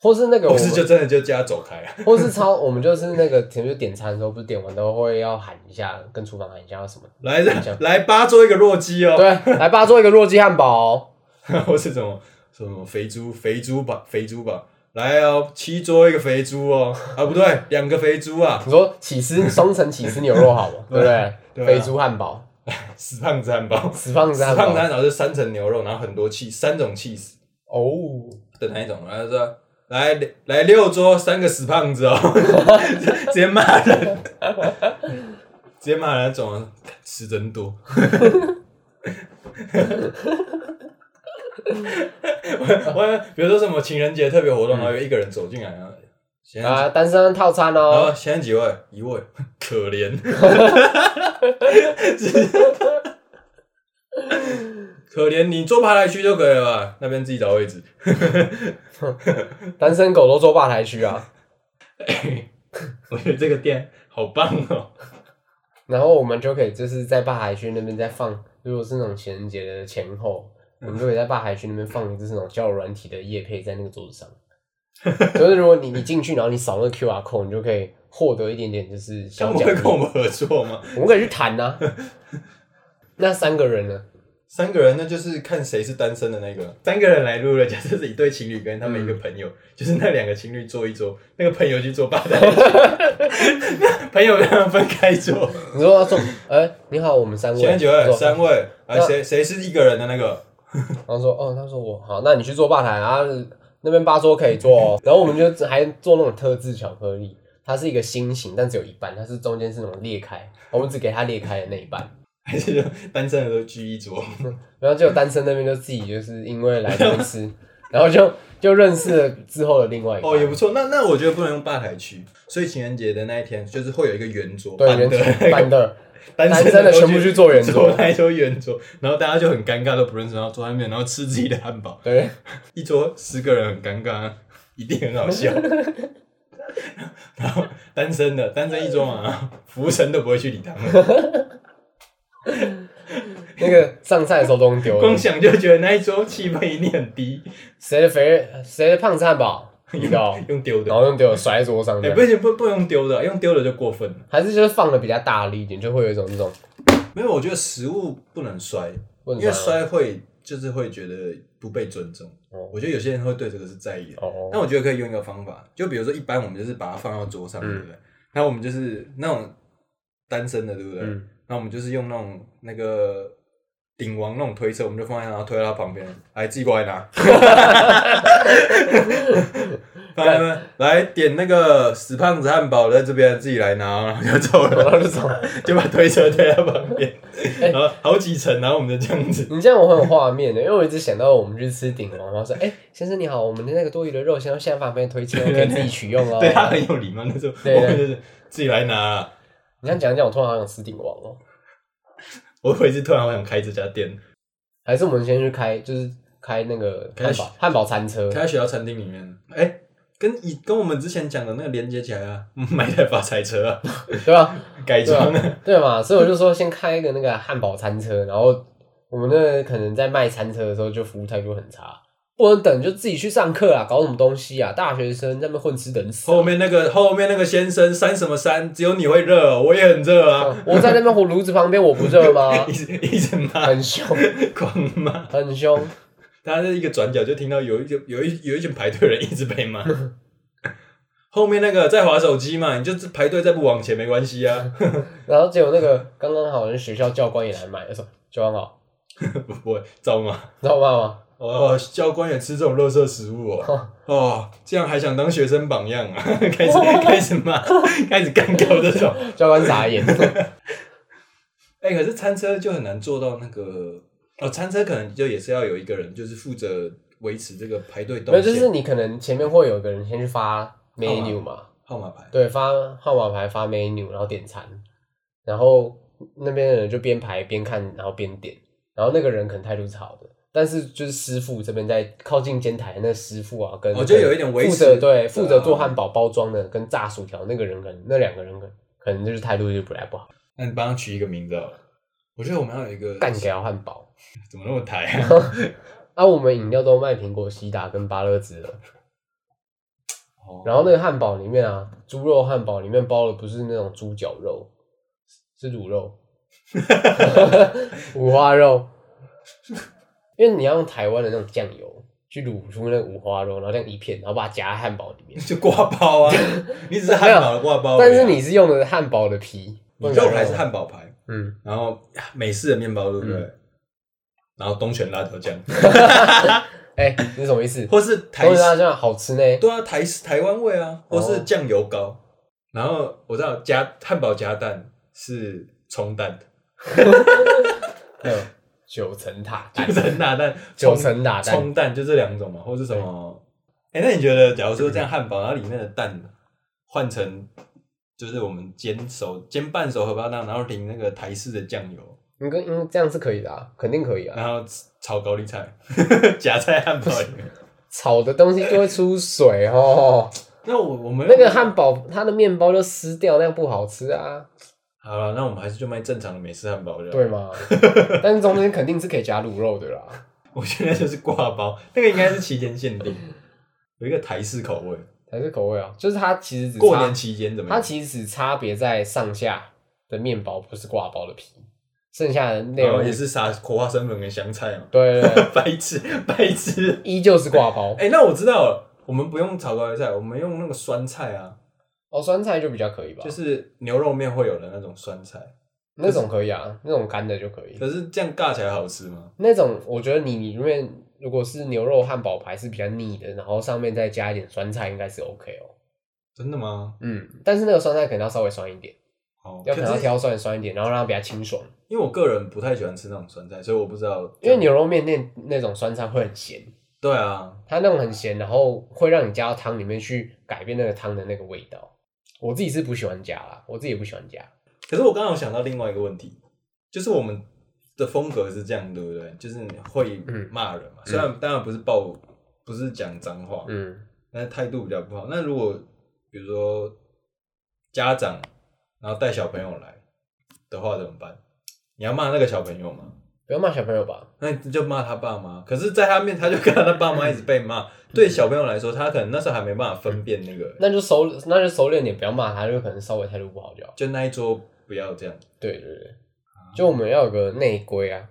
[SPEAKER 2] 或是那个我
[SPEAKER 1] 或
[SPEAKER 2] 们
[SPEAKER 1] 是就真的就叫他走开 啊。
[SPEAKER 2] 或是超，我们就是那个，比如说点餐的时候，不是点完都会要喊一下，跟厨房喊一下要什么？
[SPEAKER 1] 来
[SPEAKER 2] 讲
[SPEAKER 1] 来八做一个弱鸡哦，
[SPEAKER 2] 对，来吧，做一个弱鸡汉堡，哦
[SPEAKER 1] 或是什么什么肥猪肥猪吧肥猪吧，来哦七做一个肥猪哦，啊不对，两个肥猪啊，
[SPEAKER 2] 你说起 司双层起司牛肉好吗？对不对？
[SPEAKER 1] 对啊
[SPEAKER 2] 肥猪汉堡，
[SPEAKER 1] 死胖子汉堡，
[SPEAKER 2] 死胖
[SPEAKER 1] 死
[SPEAKER 2] 子汉
[SPEAKER 1] 胖
[SPEAKER 2] 堡
[SPEAKER 1] 子，汉堡是三层牛肉，然后很多气三种气死
[SPEAKER 2] 哦，
[SPEAKER 1] 的那一种，然后说来来六桌三个死胖子哦， 直接骂人，直接骂人那种啊，吃真多。 我我比如说什么情人节特别活动，然后有一个人走进来，然后先
[SPEAKER 2] 啊，单身套餐
[SPEAKER 1] 然
[SPEAKER 2] 哦
[SPEAKER 1] 后，现在几位？一位，可怜，可怜，你坐吧台区就可以了吧？那边自己找位置。
[SPEAKER 2] 单身狗都坐吧台区啊。
[SPEAKER 1] 我觉得这个店 好棒哦！
[SPEAKER 2] 然后我们就可以就是在吧台区那边再放，如果是那种情人节的前后，我们就可以在吧台区那边放就是那种交友软体的叶配在那个桌子上。就是如果你你进去，然后你扫那个 QR code，你就可以获得一点点就是
[SPEAKER 1] 他
[SPEAKER 2] 小
[SPEAKER 1] 们
[SPEAKER 2] 奖
[SPEAKER 1] 会
[SPEAKER 2] 励
[SPEAKER 1] 跟。我们合作吗？
[SPEAKER 2] 我们可以去谈呐、那三个人呢？
[SPEAKER 1] 三个人，那就是看谁是单身的那个。嗯三个人来录了，假设是一对情侣跟他们一个朋友，就是那两个情侣坐一桌，那个朋友去坐吧台区 那朋友跟他们分开坐。
[SPEAKER 2] 你说要送，哎、你好，我们三位，
[SPEAKER 1] 现在几位？
[SPEAKER 2] 坐
[SPEAKER 1] 三位。啊，
[SPEAKER 2] 那
[SPEAKER 1] 谁谁是一个人的那个？
[SPEAKER 2] 然后说，哦，他说我好，那你去做吧台啊，那边八桌可以做哦。 然后我们就还做那种特制巧克力，它是一个心形，但只有一半，它是中间是那种裂开，我们只给它裂开的那一半。
[SPEAKER 1] 还是就单身的都聚一桌？
[SPEAKER 2] 嗯然后结果单身那边就自己就是因为来这边吃，然后就就认识了之后的另外一个。
[SPEAKER 1] 哦，也不错。那那我觉得不能用吧台区，所以情人节的那一天就是会有一个圆桌，
[SPEAKER 2] 对，
[SPEAKER 1] 板
[SPEAKER 2] 原
[SPEAKER 1] 的那个
[SPEAKER 2] 班的，
[SPEAKER 1] 单
[SPEAKER 2] 男
[SPEAKER 1] 身
[SPEAKER 2] 生的
[SPEAKER 1] 都
[SPEAKER 2] 全部去做圆
[SPEAKER 1] 坐
[SPEAKER 2] 桌，
[SPEAKER 1] 那一桌圆桌，然后大家就很尴尬，都不认识，然后坐在那边，然后吃自己的汉堡，
[SPEAKER 2] 对，
[SPEAKER 1] 一桌十个人很尴尬，一定很好笑。 然后单身的单身一桌嘛，然后服务生都不会去理他
[SPEAKER 2] 哦
[SPEAKER 1] 们，
[SPEAKER 2] 那个上菜的时候都用丢
[SPEAKER 1] 光
[SPEAKER 2] 的。
[SPEAKER 1] 想就觉得那一桌气氛一定很低，
[SPEAKER 2] 谁的肥谁的胖子汉堡，你 知道，
[SPEAKER 1] 用丢
[SPEAKER 2] 然
[SPEAKER 1] 的，
[SPEAKER 2] 后用丢的甩在桌上
[SPEAKER 1] 哎、
[SPEAKER 2] 这样，
[SPEAKER 1] 不行，不不用丢的，用丢的就过分了。
[SPEAKER 2] 还是就是放的比较大力一点，就会有一种这种
[SPEAKER 1] 没有，我觉得食物不能摔，
[SPEAKER 2] 问啊
[SPEAKER 1] 因为摔会就是会觉得不被尊重。
[SPEAKER 2] 哦
[SPEAKER 1] 我觉得有些人会对这个是在意的，但
[SPEAKER 2] 哦，
[SPEAKER 1] 我觉得可以用一个方法，就比如说一般我们就是把它放到桌上，
[SPEAKER 2] 嗯
[SPEAKER 1] 对不对？然后我们就是那种单身的，对不对？
[SPEAKER 2] 嗯，
[SPEAKER 1] 那我们就是用那种那个顶王那种推车，我们就放在那然后推到他旁边，来自己过来拿。放在那边来点那个死胖子汉堡，在这边自己来拿，然后就走
[SPEAKER 2] 然
[SPEAKER 1] 了，
[SPEAKER 2] 后就走了。
[SPEAKER 1] 就把推车推到旁边，
[SPEAKER 2] 哎
[SPEAKER 1] 然后好几层，然后我们就这样子。
[SPEAKER 2] 你这样我很有画面的，因为我一直想到我们去吃鼎王，然后说：“哎、先生你好，我们的那个多余的肉，先到现在旁边推车，可以自己取用 哦。”
[SPEAKER 1] 对啊他很有礼貌，那时候
[SPEAKER 2] 对对
[SPEAKER 1] 我们就是自己来拿啊。
[SPEAKER 2] 你这样讲一讲，我突然好想吃鼎王哦。
[SPEAKER 1] 我回去突然好想开这家店，
[SPEAKER 2] 还是我们先去开，就是开那个
[SPEAKER 1] 开
[SPEAKER 2] 汉
[SPEAKER 1] 始
[SPEAKER 2] 堡汉堡餐车
[SPEAKER 1] 开，在学校餐厅里面。哎、跟以跟我们之前讲的那个连接起来啊， 买台发财车啊，
[SPEAKER 2] 对吧？
[SPEAKER 1] 改装
[SPEAKER 2] 对
[SPEAKER 1] 啊，
[SPEAKER 2] 对嘛，所以我就说先开一个那个汉堡餐车，然后我们那可能在卖餐车的时候就服务态度很差，不能等就自己去上课啊，搞什么东西啊？大学生在那边混吃等死啊、
[SPEAKER 1] 后面那个后面那个先生扇什么扇，只有你会热哦，我也很热啊，
[SPEAKER 2] 我在那边火炉子旁边，我不热吗
[SPEAKER 1] 一？直一直骂，
[SPEAKER 2] 很凶，
[SPEAKER 1] 狂骂。
[SPEAKER 2] 很凶。
[SPEAKER 1] 他在一个转角就听到有一有一有一群排队人一直被 骂。后面那个在划手机嘛，你就排队再不往前没关系啊。
[SPEAKER 2] 然后结果那个刚刚好，人学校教官也来买，说教官好，
[SPEAKER 1] 不会招吗？
[SPEAKER 2] 你知道爸吗？
[SPEAKER 1] 哦，教官也吃这种垃圾食物哦！哦，这样还想当学生榜样啊？ 开始
[SPEAKER 2] 哦
[SPEAKER 1] 开始骂， 开始干掉这种。
[SPEAKER 2] 教官傻眼。
[SPEAKER 1] 哎、可是餐车就很难做到那个哦，餐车可能就也是要有一个人，就是负责维持这个排队动
[SPEAKER 2] 没有，
[SPEAKER 1] 线、
[SPEAKER 2] 就是你可能前面会有个人先去发 menu 嘛，
[SPEAKER 1] 号码牌。
[SPEAKER 2] 对，发号码牌发 menu，然后点餐，然后那边的人就边排边看，然后边点，然后那个人可能态度是好的，但是就是师傅这边在靠近煎台那师傅啊，跟
[SPEAKER 1] 哦就有一点维
[SPEAKER 2] 负
[SPEAKER 1] 持
[SPEAKER 2] 责对负责
[SPEAKER 1] 啊
[SPEAKER 2] 做汉堡包装的跟炸薯条那个人可能那两个人可能可能就是态度就本来不好，
[SPEAKER 1] 那你帮他取一个名字好了。我觉得我们要有一个
[SPEAKER 2] 干掉汉堡。
[SPEAKER 1] 怎么那么台啊？
[SPEAKER 2] 啊，我们饮料都卖苹果西达跟芭乐汁了，
[SPEAKER 1] 哦
[SPEAKER 2] 然后那个汉堡里面啊，猪肉汉堡里面包的不是那种猪脚肉，是卤 肉，五花肉。因为你要用台湾的那种酱油去卤出那个五花肉，然后这样一片，然后把它夹在汉堡里面。
[SPEAKER 1] 就挂包啊， 你只是汉堡的挂包而已啊、
[SPEAKER 2] 但是你是用的汉堡的皮，
[SPEAKER 1] 你肉还是汉堡排，
[SPEAKER 2] 嗯，
[SPEAKER 1] 然后啊美式的面包对不对？然后东泉辣椒酱，
[SPEAKER 2] 哎、你是什么意思？
[SPEAKER 1] 或是台
[SPEAKER 2] 东西辣酱好吃呢，
[SPEAKER 1] 对啊台台湾味啊，或
[SPEAKER 2] 哦
[SPEAKER 1] 是酱油膏。然后我知道加汉堡加蛋是冲 蛋，
[SPEAKER 2] 还有嗯九层塔蛋
[SPEAKER 1] 就是很大蛋，
[SPEAKER 2] 九层塔蛋
[SPEAKER 1] 冲蛋就这两种嘛，或是什么？哎，那你觉得，假如说这样汉堡，然后里面的蛋换成就是我们煎熟煎半熟荷包蛋，然后淋那个台式的酱油，
[SPEAKER 2] 你跟嗯这样是可以的啊，肯定可以啊。
[SPEAKER 1] 然后炒高丽菜 夹在汉堡里面。
[SPEAKER 2] 炒的东西就会出水哦。
[SPEAKER 1] 那我我们
[SPEAKER 2] 那个汉堡它的面包就撕掉，那样不好吃啊，
[SPEAKER 1] 好了，那我们还是就卖正常的美式汉堡就好。
[SPEAKER 2] 对吗？但是中间肯定是可以加卤肉的啦，
[SPEAKER 1] 我觉得就是挂包，那个应该是期间限定，
[SPEAKER 2] 嗯
[SPEAKER 1] 有一个台式口味，
[SPEAKER 2] 还是口味啊，就是它其实只
[SPEAKER 1] 过
[SPEAKER 2] 差
[SPEAKER 1] 年期间怎么
[SPEAKER 2] 它
[SPEAKER 1] 样？
[SPEAKER 2] 其实只差别在上下的面包不是挂包的皮，剩下的内容
[SPEAKER 1] 哦也是啥苦花生粉跟香菜嘛，
[SPEAKER 2] 对对对
[SPEAKER 1] 白痴白痴。
[SPEAKER 2] 依旧是挂包。
[SPEAKER 1] 哎、那我知道了，我们不用炒高丽菜，我们用那个酸菜啊，
[SPEAKER 2] 哦，酸菜就比较可以吧，
[SPEAKER 1] 就是牛肉面会有的那种酸菜。
[SPEAKER 2] 那种可以啊，那种干的就可以。
[SPEAKER 1] 可是这样尬起来好吃吗？
[SPEAKER 2] 那种我觉得你里面如果是牛肉汉堡排是比较腻的，然后上面再加一点酸菜，应该是 OK 哦。
[SPEAKER 1] 真的吗？
[SPEAKER 2] 嗯，但是那个酸菜可能要稍微酸一点，
[SPEAKER 1] 哦，
[SPEAKER 2] 要可能要
[SPEAKER 1] 可是
[SPEAKER 2] 挑酸酸一点，然后让它比较清爽。
[SPEAKER 1] 因为我个人不太喜欢吃那种酸菜，所以我不知道。
[SPEAKER 2] 因为牛肉面那那种酸菜会很咸，
[SPEAKER 1] 对啊，
[SPEAKER 2] 它那种很咸，然后会让你加到汤里面去改变那个汤的那个味道。我自己是不喜欢加啦，我自己也不喜欢加。
[SPEAKER 1] 可是我刚刚有想到另外一个问题，就是我们的风格是这样，对不对？就是你会骂人嘛，虽然当然不是暴，不是讲脏话，
[SPEAKER 2] 嗯，
[SPEAKER 1] 但是态度比较不好。那如果比如说家长然后带小朋友来的话怎么办？你要骂那个小朋友吗？
[SPEAKER 2] 不要骂小朋友吧。
[SPEAKER 1] 那你就骂他爸妈。可是，在他面，他就看到他爸妈一直被骂。对小朋友来说，他可能那时候还没办法分辨那个，
[SPEAKER 2] 那就收，那就收敛点，不要骂他，就可能稍微态度不好就好。
[SPEAKER 1] 就那一桌不要这样。
[SPEAKER 2] 对对对，
[SPEAKER 1] 啊
[SPEAKER 2] 就我们要有个内规啊，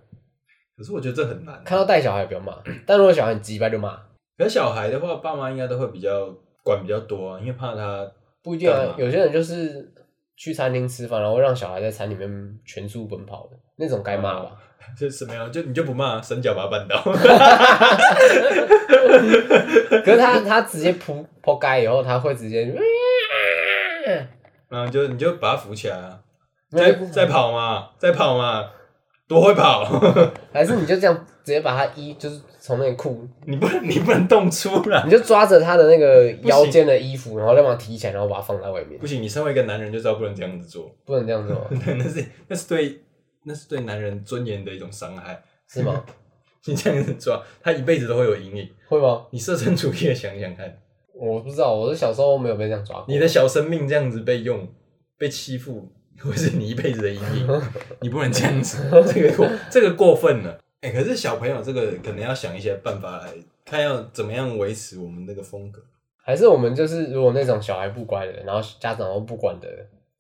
[SPEAKER 1] 可是我觉得这很难。啊
[SPEAKER 2] 看到带小孩不要骂，但如果小孩很鸡掰就骂，
[SPEAKER 1] 可是小孩的话，爸妈应该都会比较管比较多啊，因为怕他
[SPEAKER 2] 不一定
[SPEAKER 1] 干
[SPEAKER 2] 啊
[SPEAKER 1] 嘛。
[SPEAKER 2] 有些人就是去餐厅吃饭，然后让小孩在餐里面全速奔跑的那种，该
[SPEAKER 1] 嗯
[SPEAKER 2] 骂吧？
[SPEAKER 1] 就是没有，就你就不骂，伸脚把他绊倒。
[SPEAKER 2] 可是他他直接扑扑街以后，他会直接，
[SPEAKER 1] 嗯，就你就把他扶起来啊，
[SPEAKER 2] 没
[SPEAKER 1] 再
[SPEAKER 2] 有
[SPEAKER 1] 再跑嘛，再跑嘛，多会跑！
[SPEAKER 2] 还是你就这样直接把他衣就是从那里裤，
[SPEAKER 1] 你不能你不能动粗啦。
[SPEAKER 2] 你就抓着他的那个
[SPEAKER 1] 行
[SPEAKER 2] 腰间的衣服，然后再把它提起来，然后把它放在外面
[SPEAKER 1] 不，行，你身为一个男人就知道不能这样子做，
[SPEAKER 2] 不能这样子吗？
[SPEAKER 1] 那是那是对那是对男人尊严的一种伤害。
[SPEAKER 2] 是吗？
[SPEAKER 1] 你这样子抓，他一辈子都会有阴影。
[SPEAKER 2] 会吗？
[SPEAKER 1] 你设身处地的想想看，
[SPEAKER 2] 我不知道，我是小时候没有被这样抓过。
[SPEAKER 1] 你的小生命这样子被用、被欺负， 会是你一辈子的阴影。你不能这样子， 这个过这个过分了。哎、可是小朋友这个可能要想一些办法来看，要怎么样维持我们那个风格。
[SPEAKER 2] 还是我们就是如果那种小孩不乖的，然后家长都不管的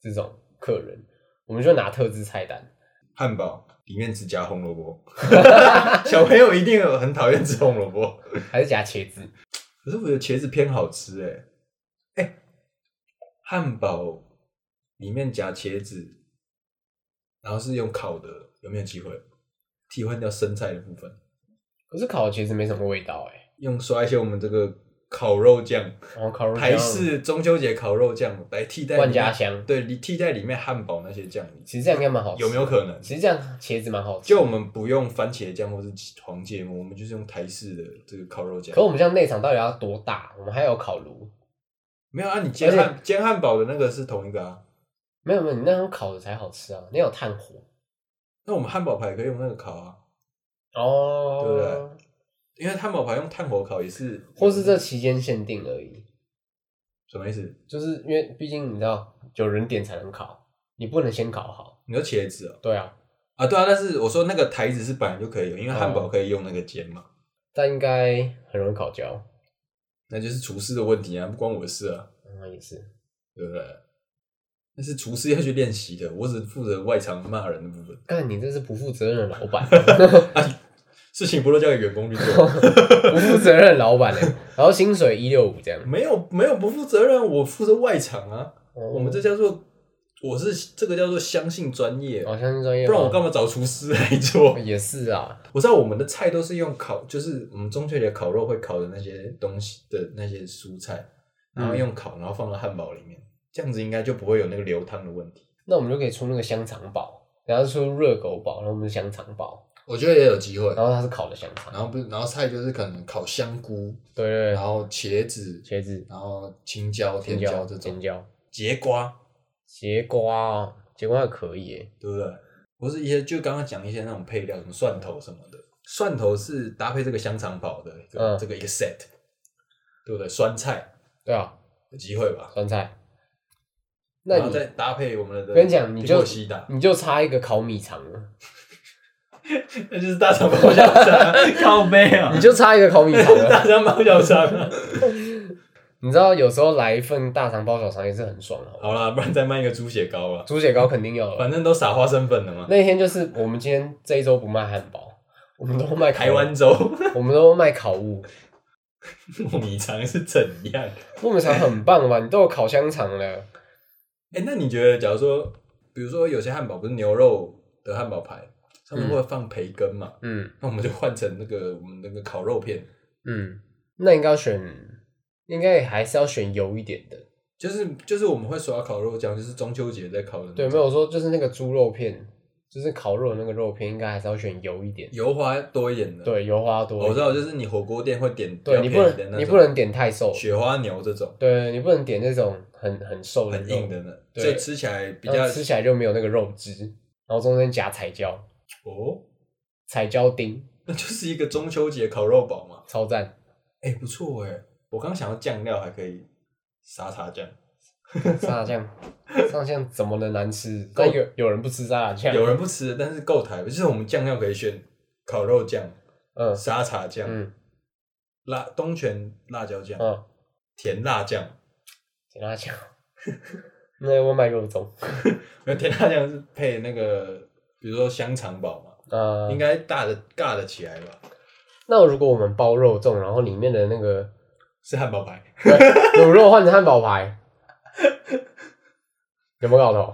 [SPEAKER 2] 这种客人，我们就拿特制菜单。
[SPEAKER 1] 汉堡里面只加红萝卜， 小朋友一定有很讨厌吃红萝卜。
[SPEAKER 2] 还是加茄子，
[SPEAKER 1] 可是我觉得茄子偏好吃哎、欸、汉堡里面夹茄子，然后是用烤的，有没有机会替换掉生菜的部分？
[SPEAKER 2] 可是烤的茄子没什么味道哎、
[SPEAKER 1] 用刷一些我们这个烤肉酱，
[SPEAKER 2] 然后烤肉酱
[SPEAKER 1] 台式中秋节烤肉酱来替代里面
[SPEAKER 2] 万家香，
[SPEAKER 1] 对，你替代里面汉堡那些酱，
[SPEAKER 2] 其实这样应该蛮好吃。
[SPEAKER 1] 有没有？可能？
[SPEAKER 2] 其实这样茄子蛮好吃。
[SPEAKER 1] 就我们不用番茄酱或是黄芥末，我们就是用台式的这个烤肉酱
[SPEAKER 2] 可。我们这样内场到底要多大？我们还有烤炉，
[SPEAKER 1] 没有啊，你煎
[SPEAKER 2] 而
[SPEAKER 1] 汉煎汉堡的那个是同一个啊。
[SPEAKER 2] 没有没有，你那种烤的才好吃啊，你有炭火
[SPEAKER 1] 那我们汉堡排可以用那个烤啊，
[SPEAKER 2] 哦，
[SPEAKER 1] 对不对？因为汉堡排用炭火烤也是，
[SPEAKER 2] 或是这期间限定而已，
[SPEAKER 1] 什么意思？
[SPEAKER 2] 就是因为毕竟你知道有人点才能烤，你不能先烤好。
[SPEAKER 1] 你说茄子哦、
[SPEAKER 2] 对啊，
[SPEAKER 1] 啊，对啊，但是我说那个台子
[SPEAKER 2] 哦
[SPEAKER 1] 是本来就可以用，因为汉堡可以用那个煎嘛。
[SPEAKER 2] 但应该很容易烤焦。
[SPEAKER 1] 那就是厨师的问题啊，不关我的事啊，
[SPEAKER 2] 嗯，也是。
[SPEAKER 1] 对不对？那是厨师要去练习的，我只负责外场骂人的部分，
[SPEAKER 2] 干，你这是不负责任的老板，
[SPEAKER 1] 事情不都交给员工去做？
[SPEAKER 2] 不负责任的老板嘞。欸然后薪水一六五这样。
[SPEAKER 1] 没有没有不负责任，我负责外场啊。我们这叫做，我是这个叫做相信专业，
[SPEAKER 2] 哦，相信专业
[SPEAKER 1] 不
[SPEAKER 2] 化，
[SPEAKER 1] 然我干嘛找厨师来做？
[SPEAKER 2] 也是啊，
[SPEAKER 1] 我知道我们的菜都是用烤，就是我们中秋节烤肉会烤的那些东西的那些蔬菜，然后用烤，然后放到汉堡里面，这样子应该就不会有那个流汤的问题。
[SPEAKER 2] 那我们就可以出那个香肠堡，然后出热狗堡，然后我们是香肠堡，
[SPEAKER 1] 我觉得也有机会
[SPEAKER 2] 然后它是烤的香肠，
[SPEAKER 1] 然后不是，然后菜就是可能烤香菇，
[SPEAKER 2] 对对
[SPEAKER 1] 然
[SPEAKER 2] 对，
[SPEAKER 1] 后茄子，
[SPEAKER 2] 茄子、
[SPEAKER 1] 然后青椒、
[SPEAKER 2] 甜
[SPEAKER 1] 甜椒这
[SPEAKER 2] 甜
[SPEAKER 1] 种，
[SPEAKER 2] 椒、
[SPEAKER 1] 节瓜，
[SPEAKER 2] 节瓜哦，节瓜还可以耶，
[SPEAKER 1] 对不对？不是一些就刚刚讲一些那种配料，什么蒜头什么的，蒜头是搭配这个香肠堡的一个、
[SPEAKER 2] 嗯
[SPEAKER 1] 这个一个 set，对不对？酸菜
[SPEAKER 2] 对啊，
[SPEAKER 1] 有机会吧？
[SPEAKER 2] 酸菜。那
[SPEAKER 1] 然后
[SPEAKER 2] 你
[SPEAKER 1] 再搭配我们的，
[SPEAKER 2] 我跟你讲，你就
[SPEAKER 1] 西打，
[SPEAKER 2] 你就差一个烤米肠了，
[SPEAKER 1] 那就是大肠包小肠，靠背啊
[SPEAKER 2] 你，就差一个烤米肠了。
[SPEAKER 1] 大肠包小肠啊。
[SPEAKER 2] 你知道有时候来一份大肠包小肠也是很爽哦，
[SPEAKER 1] 好啦，不然再卖一个猪血糕啊，
[SPEAKER 2] 猪血糕肯定有了。
[SPEAKER 1] 反正都撒花生粉了嘛。
[SPEAKER 2] 那天就是我们今天这一周不卖汉堡，我们都卖烤
[SPEAKER 1] 台湾粥
[SPEAKER 2] 我们都卖烤物。
[SPEAKER 1] 糯米肠是怎样？
[SPEAKER 2] 糯米肠很棒吧？你都有烤香肠了，
[SPEAKER 1] 哎、那你觉得，假如说，比如说有些汉堡不是牛肉的汉堡排，上面会放培根嘛？
[SPEAKER 2] 嗯
[SPEAKER 1] 那我们就换成那个我们那个烤肉片，
[SPEAKER 2] 嗯，那应该要选，应该也还是要选油一点的。
[SPEAKER 1] 就是就是我们会刷烤肉酱，就是中秋节在烤的那
[SPEAKER 2] 对，
[SPEAKER 1] 种，
[SPEAKER 2] 没有说就是那个猪肉片，就是烤肉的那个肉片，应该还是要选油一点，
[SPEAKER 1] 油花多一点的。，
[SPEAKER 2] 对，油花
[SPEAKER 1] 我
[SPEAKER 2] 多
[SPEAKER 1] 知
[SPEAKER 2] 一点。
[SPEAKER 1] 道，就是你火锅店会点比
[SPEAKER 2] 对
[SPEAKER 1] 较
[SPEAKER 2] 你
[SPEAKER 1] 便
[SPEAKER 2] 不
[SPEAKER 1] 宜的那
[SPEAKER 2] 能，
[SPEAKER 1] 种，
[SPEAKER 2] 你不能点太瘦，
[SPEAKER 1] 雪花牛这种
[SPEAKER 2] 对，你不能点那种很很瘦的
[SPEAKER 1] 很硬的
[SPEAKER 2] 肉，
[SPEAKER 1] 呢，
[SPEAKER 2] 对
[SPEAKER 1] 所以吃起来比
[SPEAKER 2] 然
[SPEAKER 1] 较
[SPEAKER 2] 后吃起来就没有那个肉汁，然后中间夹彩椒，
[SPEAKER 1] 哦，
[SPEAKER 2] 彩椒丁，
[SPEAKER 1] 那就是一个中秋节烤肉堡嘛。
[SPEAKER 2] 超赞，
[SPEAKER 1] 哎、不错哎、我刚想要酱料还可以沙茶酱，
[SPEAKER 2] 沙拉酱， 沙拉酱怎么能难吃？但有有人不吃沙拉酱，
[SPEAKER 1] 有人不吃，但是够台，就是我们酱料可以选烤肉酱。
[SPEAKER 2] 嗯
[SPEAKER 1] 沙茶酱、
[SPEAKER 2] 嗯
[SPEAKER 1] 辣东泉辣椒酱、
[SPEAKER 2] 嗯，
[SPEAKER 1] 甜辣酱，
[SPEAKER 2] 甜辣酱。 那我买肉粽，
[SPEAKER 1] 没有甜辣酱是配那个，比如说香肠堡嘛，
[SPEAKER 2] 呃
[SPEAKER 1] 应，该大的尬得起来吧？
[SPEAKER 2] 那如果我们包肉粽，然后里面的那个
[SPEAKER 1] 是汉堡排，
[SPEAKER 2] 卤肉换成汉堡排， 有没有搞头？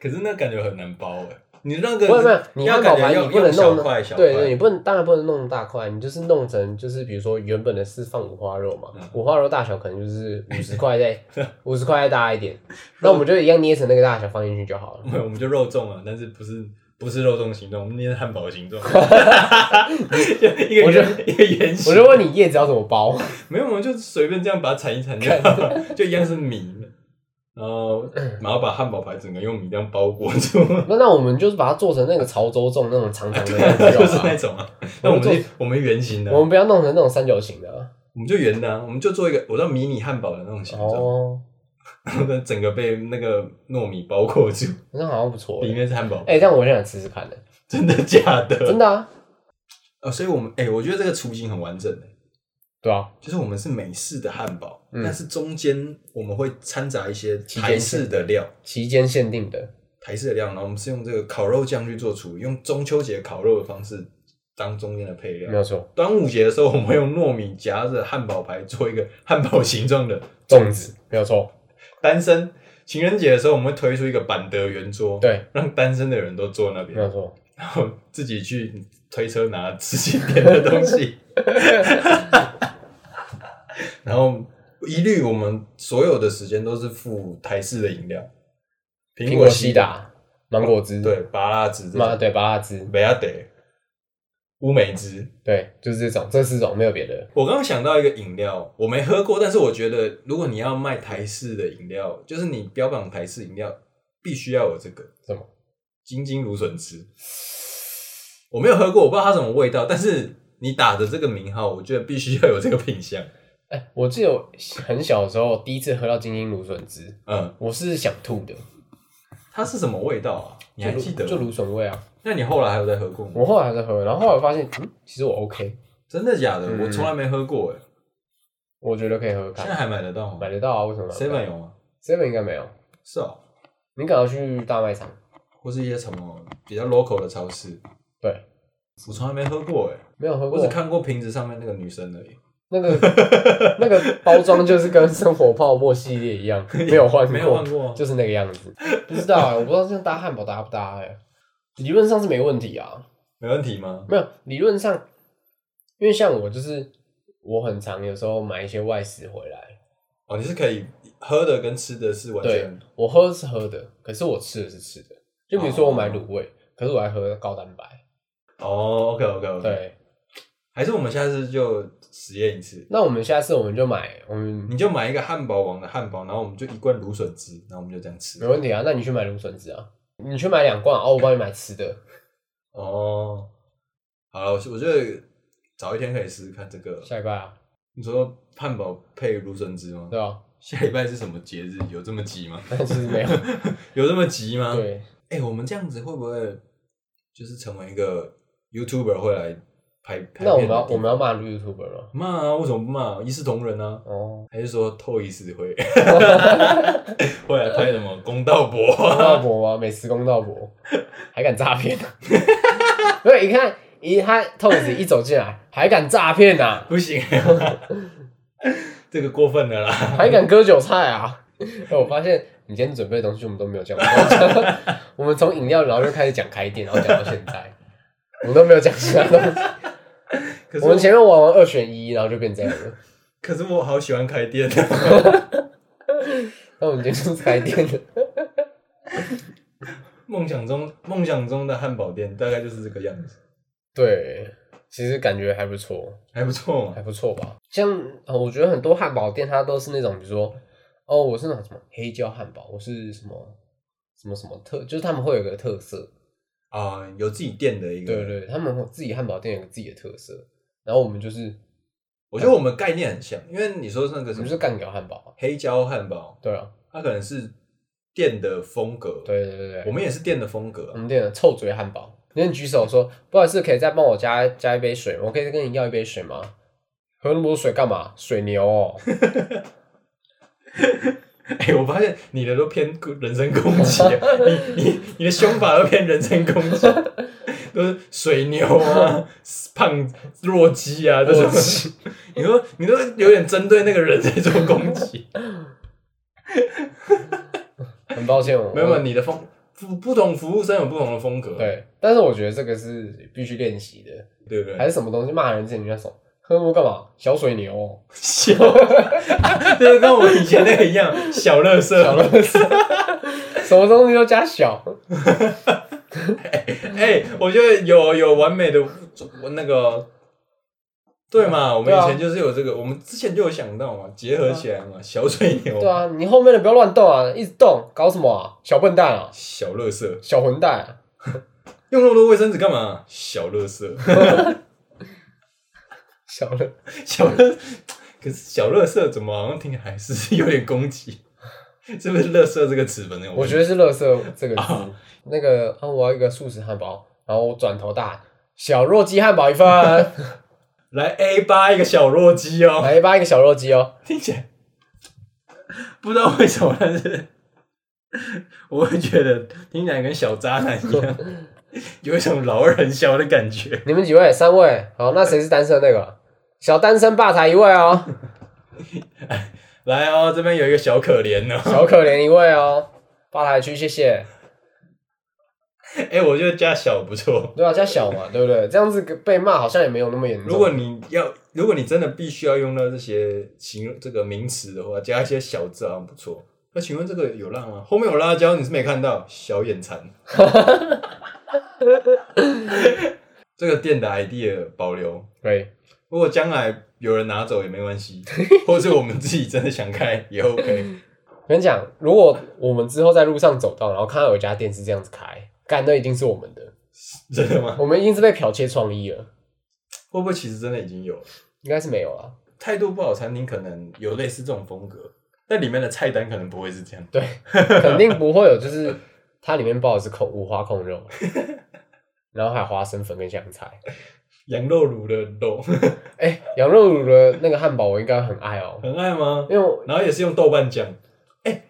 [SPEAKER 1] 可是那感觉很难包哎、你那个
[SPEAKER 2] 不是不是，你
[SPEAKER 1] 要
[SPEAKER 2] 汉
[SPEAKER 1] 感
[SPEAKER 2] 堡
[SPEAKER 1] 觉
[SPEAKER 2] 排
[SPEAKER 1] 要
[SPEAKER 2] 你不能
[SPEAKER 1] 用小
[SPEAKER 2] 弄
[SPEAKER 1] 块小块，
[SPEAKER 2] 对对，你不能当然不能弄大块，你就是弄成就是比如说原本的是放五花肉嘛
[SPEAKER 1] 嗯，
[SPEAKER 2] 五花肉大小可能就是五十块再 五十块再大一点，那我们就一样捏成那个大小放进去就 好了。
[SPEAKER 1] 我们就肉粽啊，但是不是不是肉粽形状，我们捏汉堡形 状， 就一个
[SPEAKER 2] 我就
[SPEAKER 1] 圆一个圆
[SPEAKER 2] 我
[SPEAKER 1] 形，
[SPEAKER 2] 就问你叶子要怎么包？
[SPEAKER 1] 没有，我们就随便这样把它铲一铲就好了，就一样是米，然后然后把汉堡排整个用米这样包裹 住。
[SPEAKER 2] 那那我们就是把它做成那个潮州粽那种长长的样子就
[SPEAKER 1] 就是
[SPEAKER 2] 好
[SPEAKER 1] 那
[SPEAKER 2] 了。
[SPEAKER 1] 种啊。
[SPEAKER 2] 我
[SPEAKER 1] 那
[SPEAKER 2] 们
[SPEAKER 1] 我
[SPEAKER 2] 做
[SPEAKER 1] 们就我们圆形的啊，
[SPEAKER 2] 我们不要弄成那种三角形的啊。
[SPEAKER 1] 我们就圆的啊，我们就做一个，我知道迷你汉堡的那种形状，
[SPEAKER 2] 哦，
[SPEAKER 1] 然后呢整个被那个糯米包裹住，
[SPEAKER 2] 那好像不错欸。
[SPEAKER 1] 里面是汉堡，
[SPEAKER 2] 哎、这样我现在吃吃看 的，
[SPEAKER 1] 真的假
[SPEAKER 2] 真
[SPEAKER 1] 的？
[SPEAKER 2] 的啊，
[SPEAKER 1] 呃，所以我们哎，我觉得这个雏形很完整欸
[SPEAKER 2] 对啊，
[SPEAKER 1] 就是我们是美式的汉堡，
[SPEAKER 2] 嗯
[SPEAKER 1] 但是中间我们会掺杂一些
[SPEAKER 2] 期间
[SPEAKER 1] 台式的料，
[SPEAKER 2] 期间限定的，
[SPEAKER 1] 台式的料，然后我们是用这个烤肉酱去做处理，用中秋节烤肉的方式当中间的配
[SPEAKER 2] 没
[SPEAKER 1] 料。
[SPEAKER 2] 有错，
[SPEAKER 1] 端午节的时候，我们会用糯米夹着汉堡排做一个 汉堡形状的
[SPEAKER 2] 粽子没有错，
[SPEAKER 1] 单身情人节的时候，我们会推出一个板德圆桌，，
[SPEAKER 2] 对，
[SPEAKER 1] 让单身的人都坐那
[SPEAKER 2] 没有
[SPEAKER 1] 边，
[SPEAKER 2] 错，
[SPEAKER 1] 然后自己去推车拿自己点的东 西，然后一律我们所有的时间都是附台式的饮料，苹
[SPEAKER 2] 苹果西
[SPEAKER 1] 西，
[SPEAKER 2] 打、芒果汁，，
[SPEAKER 1] 对，芭拉汁这
[SPEAKER 2] 妈
[SPEAKER 1] 种，
[SPEAKER 2] 对，巴拉汁，
[SPEAKER 1] 梅亚德，乌梅汁。
[SPEAKER 2] 对，就是这种，这四种没有别的，
[SPEAKER 1] 我刚刚想到一个饮料，我没喝过，但是我觉得如果你要卖台式的饮料，就是你标榜台式饮料，必须要有这个
[SPEAKER 2] 什么
[SPEAKER 1] 金金芦笋汁。我没有喝过，我不知道它什么味道，但是你打着这个名号，我觉得必须要有这个品相。
[SPEAKER 2] 哎、我记得我很小的时候第一次喝到金鹰芦笋汁，
[SPEAKER 1] 嗯，
[SPEAKER 2] 我是想吐的，
[SPEAKER 1] 它是什么味道啊？你还
[SPEAKER 2] 就芦
[SPEAKER 1] 记得
[SPEAKER 2] 就
[SPEAKER 1] 吗？
[SPEAKER 2] 芦笋味啊，
[SPEAKER 1] 那你后来还有在喝过吗？
[SPEAKER 2] 我后来还在喝，然后后来我发现，嗯，其实我 OK，
[SPEAKER 1] 真的假的？
[SPEAKER 2] 嗯
[SPEAKER 1] 我从来没喝过哎、
[SPEAKER 2] 我觉得可以喝喝
[SPEAKER 1] 现在
[SPEAKER 2] 看，
[SPEAKER 1] 还买得到吗
[SPEAKER 2] 买得到啊？为什么买不到
[SPEAKER 1] ？Seven 有吗？
[SPEAKER 2] ？Seven 应该没有，
[SPEAKER 1] 是哦，
[SPEAKER 2] 你赶快去大卖场。
[SPEAKER 1] 或是一些什么比较 local 的超市，
[SPEAKER 2] 对，
[SPEAKER 1] 我从来没喝过哎，
[SPEAKER 2] 没有喝
[SPEAKER 1] 我
[SPEAKER 2] 过
[SPEAKER 1] 只看过瓶子上面那个女生而已，
[SPEAKER 2] 那个那个包装，就是跟生活泡沫系列 一样，没有换过，
[SPEAKER 1] 没有换过
[SPEAKER 2] 就是那个样子。不知道、欸，我不知道这样搭汉堡搭不搭哎、理论上是没问题啊，
[SPEAKER 1] 没问题吗？
[SPEAKER 2] 没有理论上，因为像我就是我很常有时候买一些外食回来，
[SPEAKER 1] 哦，你是可以喝的跟吃的是完
[SPEAKER 2] 对
[SPEAKER 1] 全
[SPEAKER 2] 我喝是喝的，可是我吃的是吃的。就比如说我买
[SPEAKER 1] 哦
[SPEAKER 2] 卤味，可是我还喝高蛋白。
[SPEAKER 1] 哦，OK OK OK，，
[SPEAKER 2] 对，
[SPEAKER 1] 还是我们下次就实验一次，
[SPEAKER 2] 那我们下次我们就买，我们
[SPEAKER 1] 你就买一个汉堡王的汉堡，然后我们就一罐芦笋汁，然后我们就这样吃
[SPEAKER 2] 没。问题啊。那你去买芦笋汁啊，你去买两罐，哦，我帮你买吃的。
[SPEAKER 1] 哦，好了，我我觉得早一天可以试试看这个。
[SPEAKER 2] 下一拜啊，
[SPEAKER 1] 你说汉堡配芦笋汁吗
[SPEAKER 2] 对？啊，
[SPEAKER 1] 下礼拜是什么节日？有这么急吗？
[SPEAKER 2] 但其实没有。
[SPEAKER 1] 有这么急吗？，
[SPEAKER 2] 对，
[SPEAKER 1] 哎、我们这样子会不会就是成为一个 YouTuber 会来拍拍
[SPEAKER 2] 那我们
[SPEAKER 1] 片的
[SPEAKER 2] 要
[SPEAKER 1] 地
[SPEAKER 2] 我们要骂 YouTuber 吗？
[SPEAKER 1] 骂啊？为什么不骂？一视同仁啊？
[SPEAKER 2] 哦，
[SPEAKER 1] 还是说透一视会 会来拍什么公道博？
[SPEAKER 2] 公道博吗？美食公道博，还敢诈骗啊？ 所以你看，一他透子一走进来，还敢诈骗啊？
[SPEAKER 1] 不行， 这个过分了啦！
[SPEAKER 2] 还敢割韭菜啊？哎，我发现你今天准备的东西我们都没有讲， 我们从饮料然后就开始讲开店，然后讲到现在， 我们都没有讲其他东西。
[SPEAKER 1] 可
[SPEAKER 2] 我们
[SPEAKER 1] 是
[SPEAKER 2] 前面玩完二选一，然后就变这样了。
[SPEAKER 1] 可是我好喜欢开店，啊
[SPEAKER 2] 那我们今天就是开店的，
[SPEAKER 1] 梦想中梦想中的汉堡店大概就是这个样子，
[SPEAKER 2] 对，其实感觉还不错。
[SPEAKER 1] 还不错嘛。
[SPEAKER 2] 还不错吧？像呃我觉得很多汉堡店它都是那种，比如说，哦，我是那种什么黑椒汉堡，我是什么什么什么特，就是他们会有个特色，
[SPEAKER 1] 啊、有自己店的一个，
[SPEAKER 2] 对对，他们会自己汉堡店有个自己的特色，然后我们就是
[SPEAKER 1] 我觉得我们概念很像，因为你说那个什
[SPEAKER 2] 我们
[SPEAKER 1] 么
[SPEAKER 2] 就是干掉汉堡啊，
[SPEAKER 1] 黑椒汉堡，
[SPEAKER 2] 对啊，
[SPEAKER 1] 它可能是店的风格，，
[SPEAKER 2] 对嗯对对对，
[SPEAKER 1] 我们也是店的风格
[SPEAKER 2] 我
[SPEAKER 1] 啊、
[SPEAKER 2] 们店的臭嘴汉堡，有人举手说，不好意思，可以再帮我加加一杯水吗，我可以跟你要一杯水吗？喝那么多水干嘛？水牛 哦，
[SPEAKER 1] 哎、我发现你的都偏人身攻 击啊、你你你的凶法都偏人身攻击，都是水牛 啊、胖弱鸡啊这
[SPEAKER 2] 弱
[SPEAKER 1] 种， 你说你都有点针对那个人在做攻 击，
[SPEAKER 2] 很抱歉，我
[SPEAKER 1] 没有没有，你的风不不同服务生有不同的风格，啊
[SPEAKER 2] 对，但是我觉得这个是必须练习的。
[SPEAKER 1] 对不对？
[SPEAKER 2] 还是什么东西骂人之前你要说喝摸干嘛？小水牛哦，
[SPEAKER 1] 小， 就是跟我们以前那个一样，小乐色，
[SPEAKER 2] 小乐色， 什么东西都加小，
[SPEAKER 1] 哎、我觉得有有完美的那个，
[SPEAKER 2] 啊
[SPEAKER 1] 对嘛？我们以前就是有这个，我们之前就有想到嘛，结合起来
[SPEAKER 2] 啊
[SPEAKER 1] 嘛，小水牛，
[SPEAKER 2] 对啊，你后面的不要乱动啊，一直动搞什么啊？小笨蛋啊，
[SPEAKER 1] 小乐色，
[SPEAKER 2] 小混蛋、啊，
[SPEAKER 1] 用那么多卫生纸干嘛？小乐色，
[SPEAKER 2] 小乐，
[SPEAKER 1] 小乐，可是小乐色怎么好像听起来还是有点攻击？是不是“乐色”这个词本身有问题？
[SPEAKER 2] 我觉得是“乐色”这个字
[SPEAKER 1] 啊。
[SPEAKER 2] 那个啊，我要一个素食汉堡，然后我转头大喊小弱鸡汉堡一份，
[SPEAKER 1] 来 A 八一个小弱鸡哦，
[SPEAKER 2] 来一吧，一个小弱鸡哦。
[SPEAKER 1] 听起来不知道为什么，但是我会觉得听起来跟小渣男一样，有一种老二很小的感觉。
[SPEAKER 2] 你们几位？三位。好，那谁是单身那个？小单身吧台一位哦，
[SPEAKER 1] 来哦，这边有一个小可怜哦，
[SPEAKER 2] 小可怜一位哦，吧台区谢谢。
[SPEAKER 1] 哎、我觉得加小不错。
[SPEAKER 2] 对啊，加小嘛，对不对？这样子被骂好像也没有那么严重。
[SPEAKER 1] 如果你要，如果你真的必须要用到这些形这个名词的话，加一些小字好像不错。那请问这个有辣吗？后面有辣椒，你是没看到？小眼馋。这个店的 idea 保留，
[SPEAKER 2] 可以，
[SPEAKER 1] 如果将来有人拿走也没关 系，或者我们自己真的想开也 OK。
[SPEAKER 2] 我跟你讲，如果我们之后在路上走到，然后看到有一家店是这样子开，干那一定是我们的，
[SPEAKER 1] 真的吗？
[SPEAKER 2] 我们一定是被剽窃创意了，
[SPEAKER 1] 会不会其实真的已经有了？
[SPEAKER 2] 应该是没有啊。
[SPEAKER 1] 态度不好，餐厅可能有类似这种风格，但里面的菜单可能不会是这样。
[SPEAKER 2] 对，肯定不会有，就是 它里面包的是控五花控肉，然后还有花生粉跟香菜，
[SPEAKER 1] 羊肉炉的肉，
[SPEAKER 2] 哎、羊肉卤的那个汉堡我应该很爱哦，
[SPEAKER 1] 很爱吗？
[SPEAKER 2] 因为我
[SPEAKER 1] 然后也是用豆瓣酱，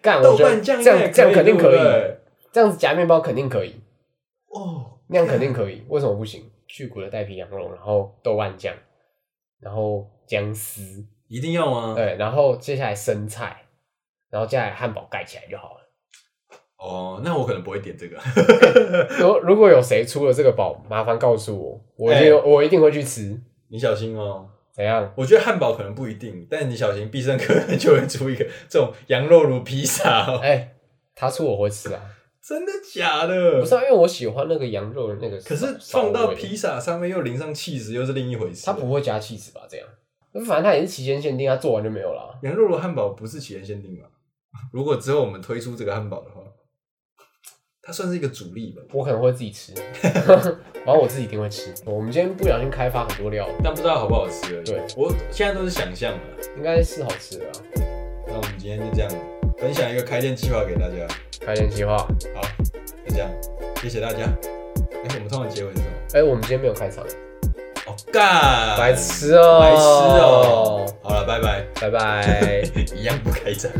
[SPEAKER 2] 干哦我
[SPEAKER 1] 豆
[SPEAKER 2] 觉得
[SPEAKER 1] 瓣酱
[SPEAKER 2] 这样这样肯定可
[SPEAKER 1] 以对不
[SPEAKER 2] 以，
[SPEAKER 1] 对。
[SPEAKER 2] 这样子夹面包肯定可以，
[SPEAKER 1] 哦，
[SPEAKER 2] 那样肯定可以，为什么不行？去骨的带皮羊肉，然后豆瓣酱，然后姜丝，
[SPEAKER 1] 一定要吗？
[SPEAKER 2] 对，然后接下来生菜，然后接下来汉堡盖起来就好了。
[SPEAKER 1] 哦，那我可能不会点这个。
[SPEAKER 2] 如如果有谁出了这个宝，麻烦告诉我，我一定、
[SPEAKER 1] 哎
[SPEAKER 2] 我一定会去吃。
[SPEAKER 1] 你小心哦。
[SPEAKER 2] 怎样？
[SPEAKER 1] 我觉得汉堡可能不一定，但你小心，必胜客 就会出一个这种羊肉炉披萨、哦。
[SPEAKER 2] 哎、他出我会吃 啊，
[SPEAKER 1] 真的假的？
[SPEAKER 2] 不是、啊、因为我喜欢那个羊肉的那个
[SPEAKER 1] 可是
[SPEAKER 2] 骚，
[SPEAKER 1] 放
[SPEAKER 2] 骚
[SPEAKER 1] 到
[SPEAKER 2] 味
[SPEAKER 1] 披，萨上面又淋上 cheese，又是另一回事。
[SPEAKER 2] 他不会加 cheese 吧？这样，反正他也是期间限定，他做完就没有了啊。
[SPEAKER 1] 羊肉炉汉堡不是期间限定吗？如果之后我们推出这个汉堡的话，它算是一个主力吧。
[SPEAKER 2] 我可能会自己吃， 然后我自己一定会吃。我们今天不小心开发很多料，
[SPEAKER 1] 但不知道好不好吃而已。
[SPEAKER 2] 对，
[SPEAKER 1] 我现在都是想象的。
[SPEAKER 2] 应该是好吃的、啊。
[SPEAKER 1] 那我们今天就这样，分享一个开店计划给大家。
[SPEAKER 2] 开店计划，
[SPEAKER 1] 好，就这样，谢谢大家。哎、我们通常结尾是什么？
[SPEAKER 2] 哎、我们今天没有开场，
[SPEAKER 1] 哦，干，
[SPEAKER 2] 白，痴哦、
[SPEAKER 1] 白痴哦、好了，拜拜，
[SPEAKER 2] 拜拜。
[SPEAKER 1] 一样不开张。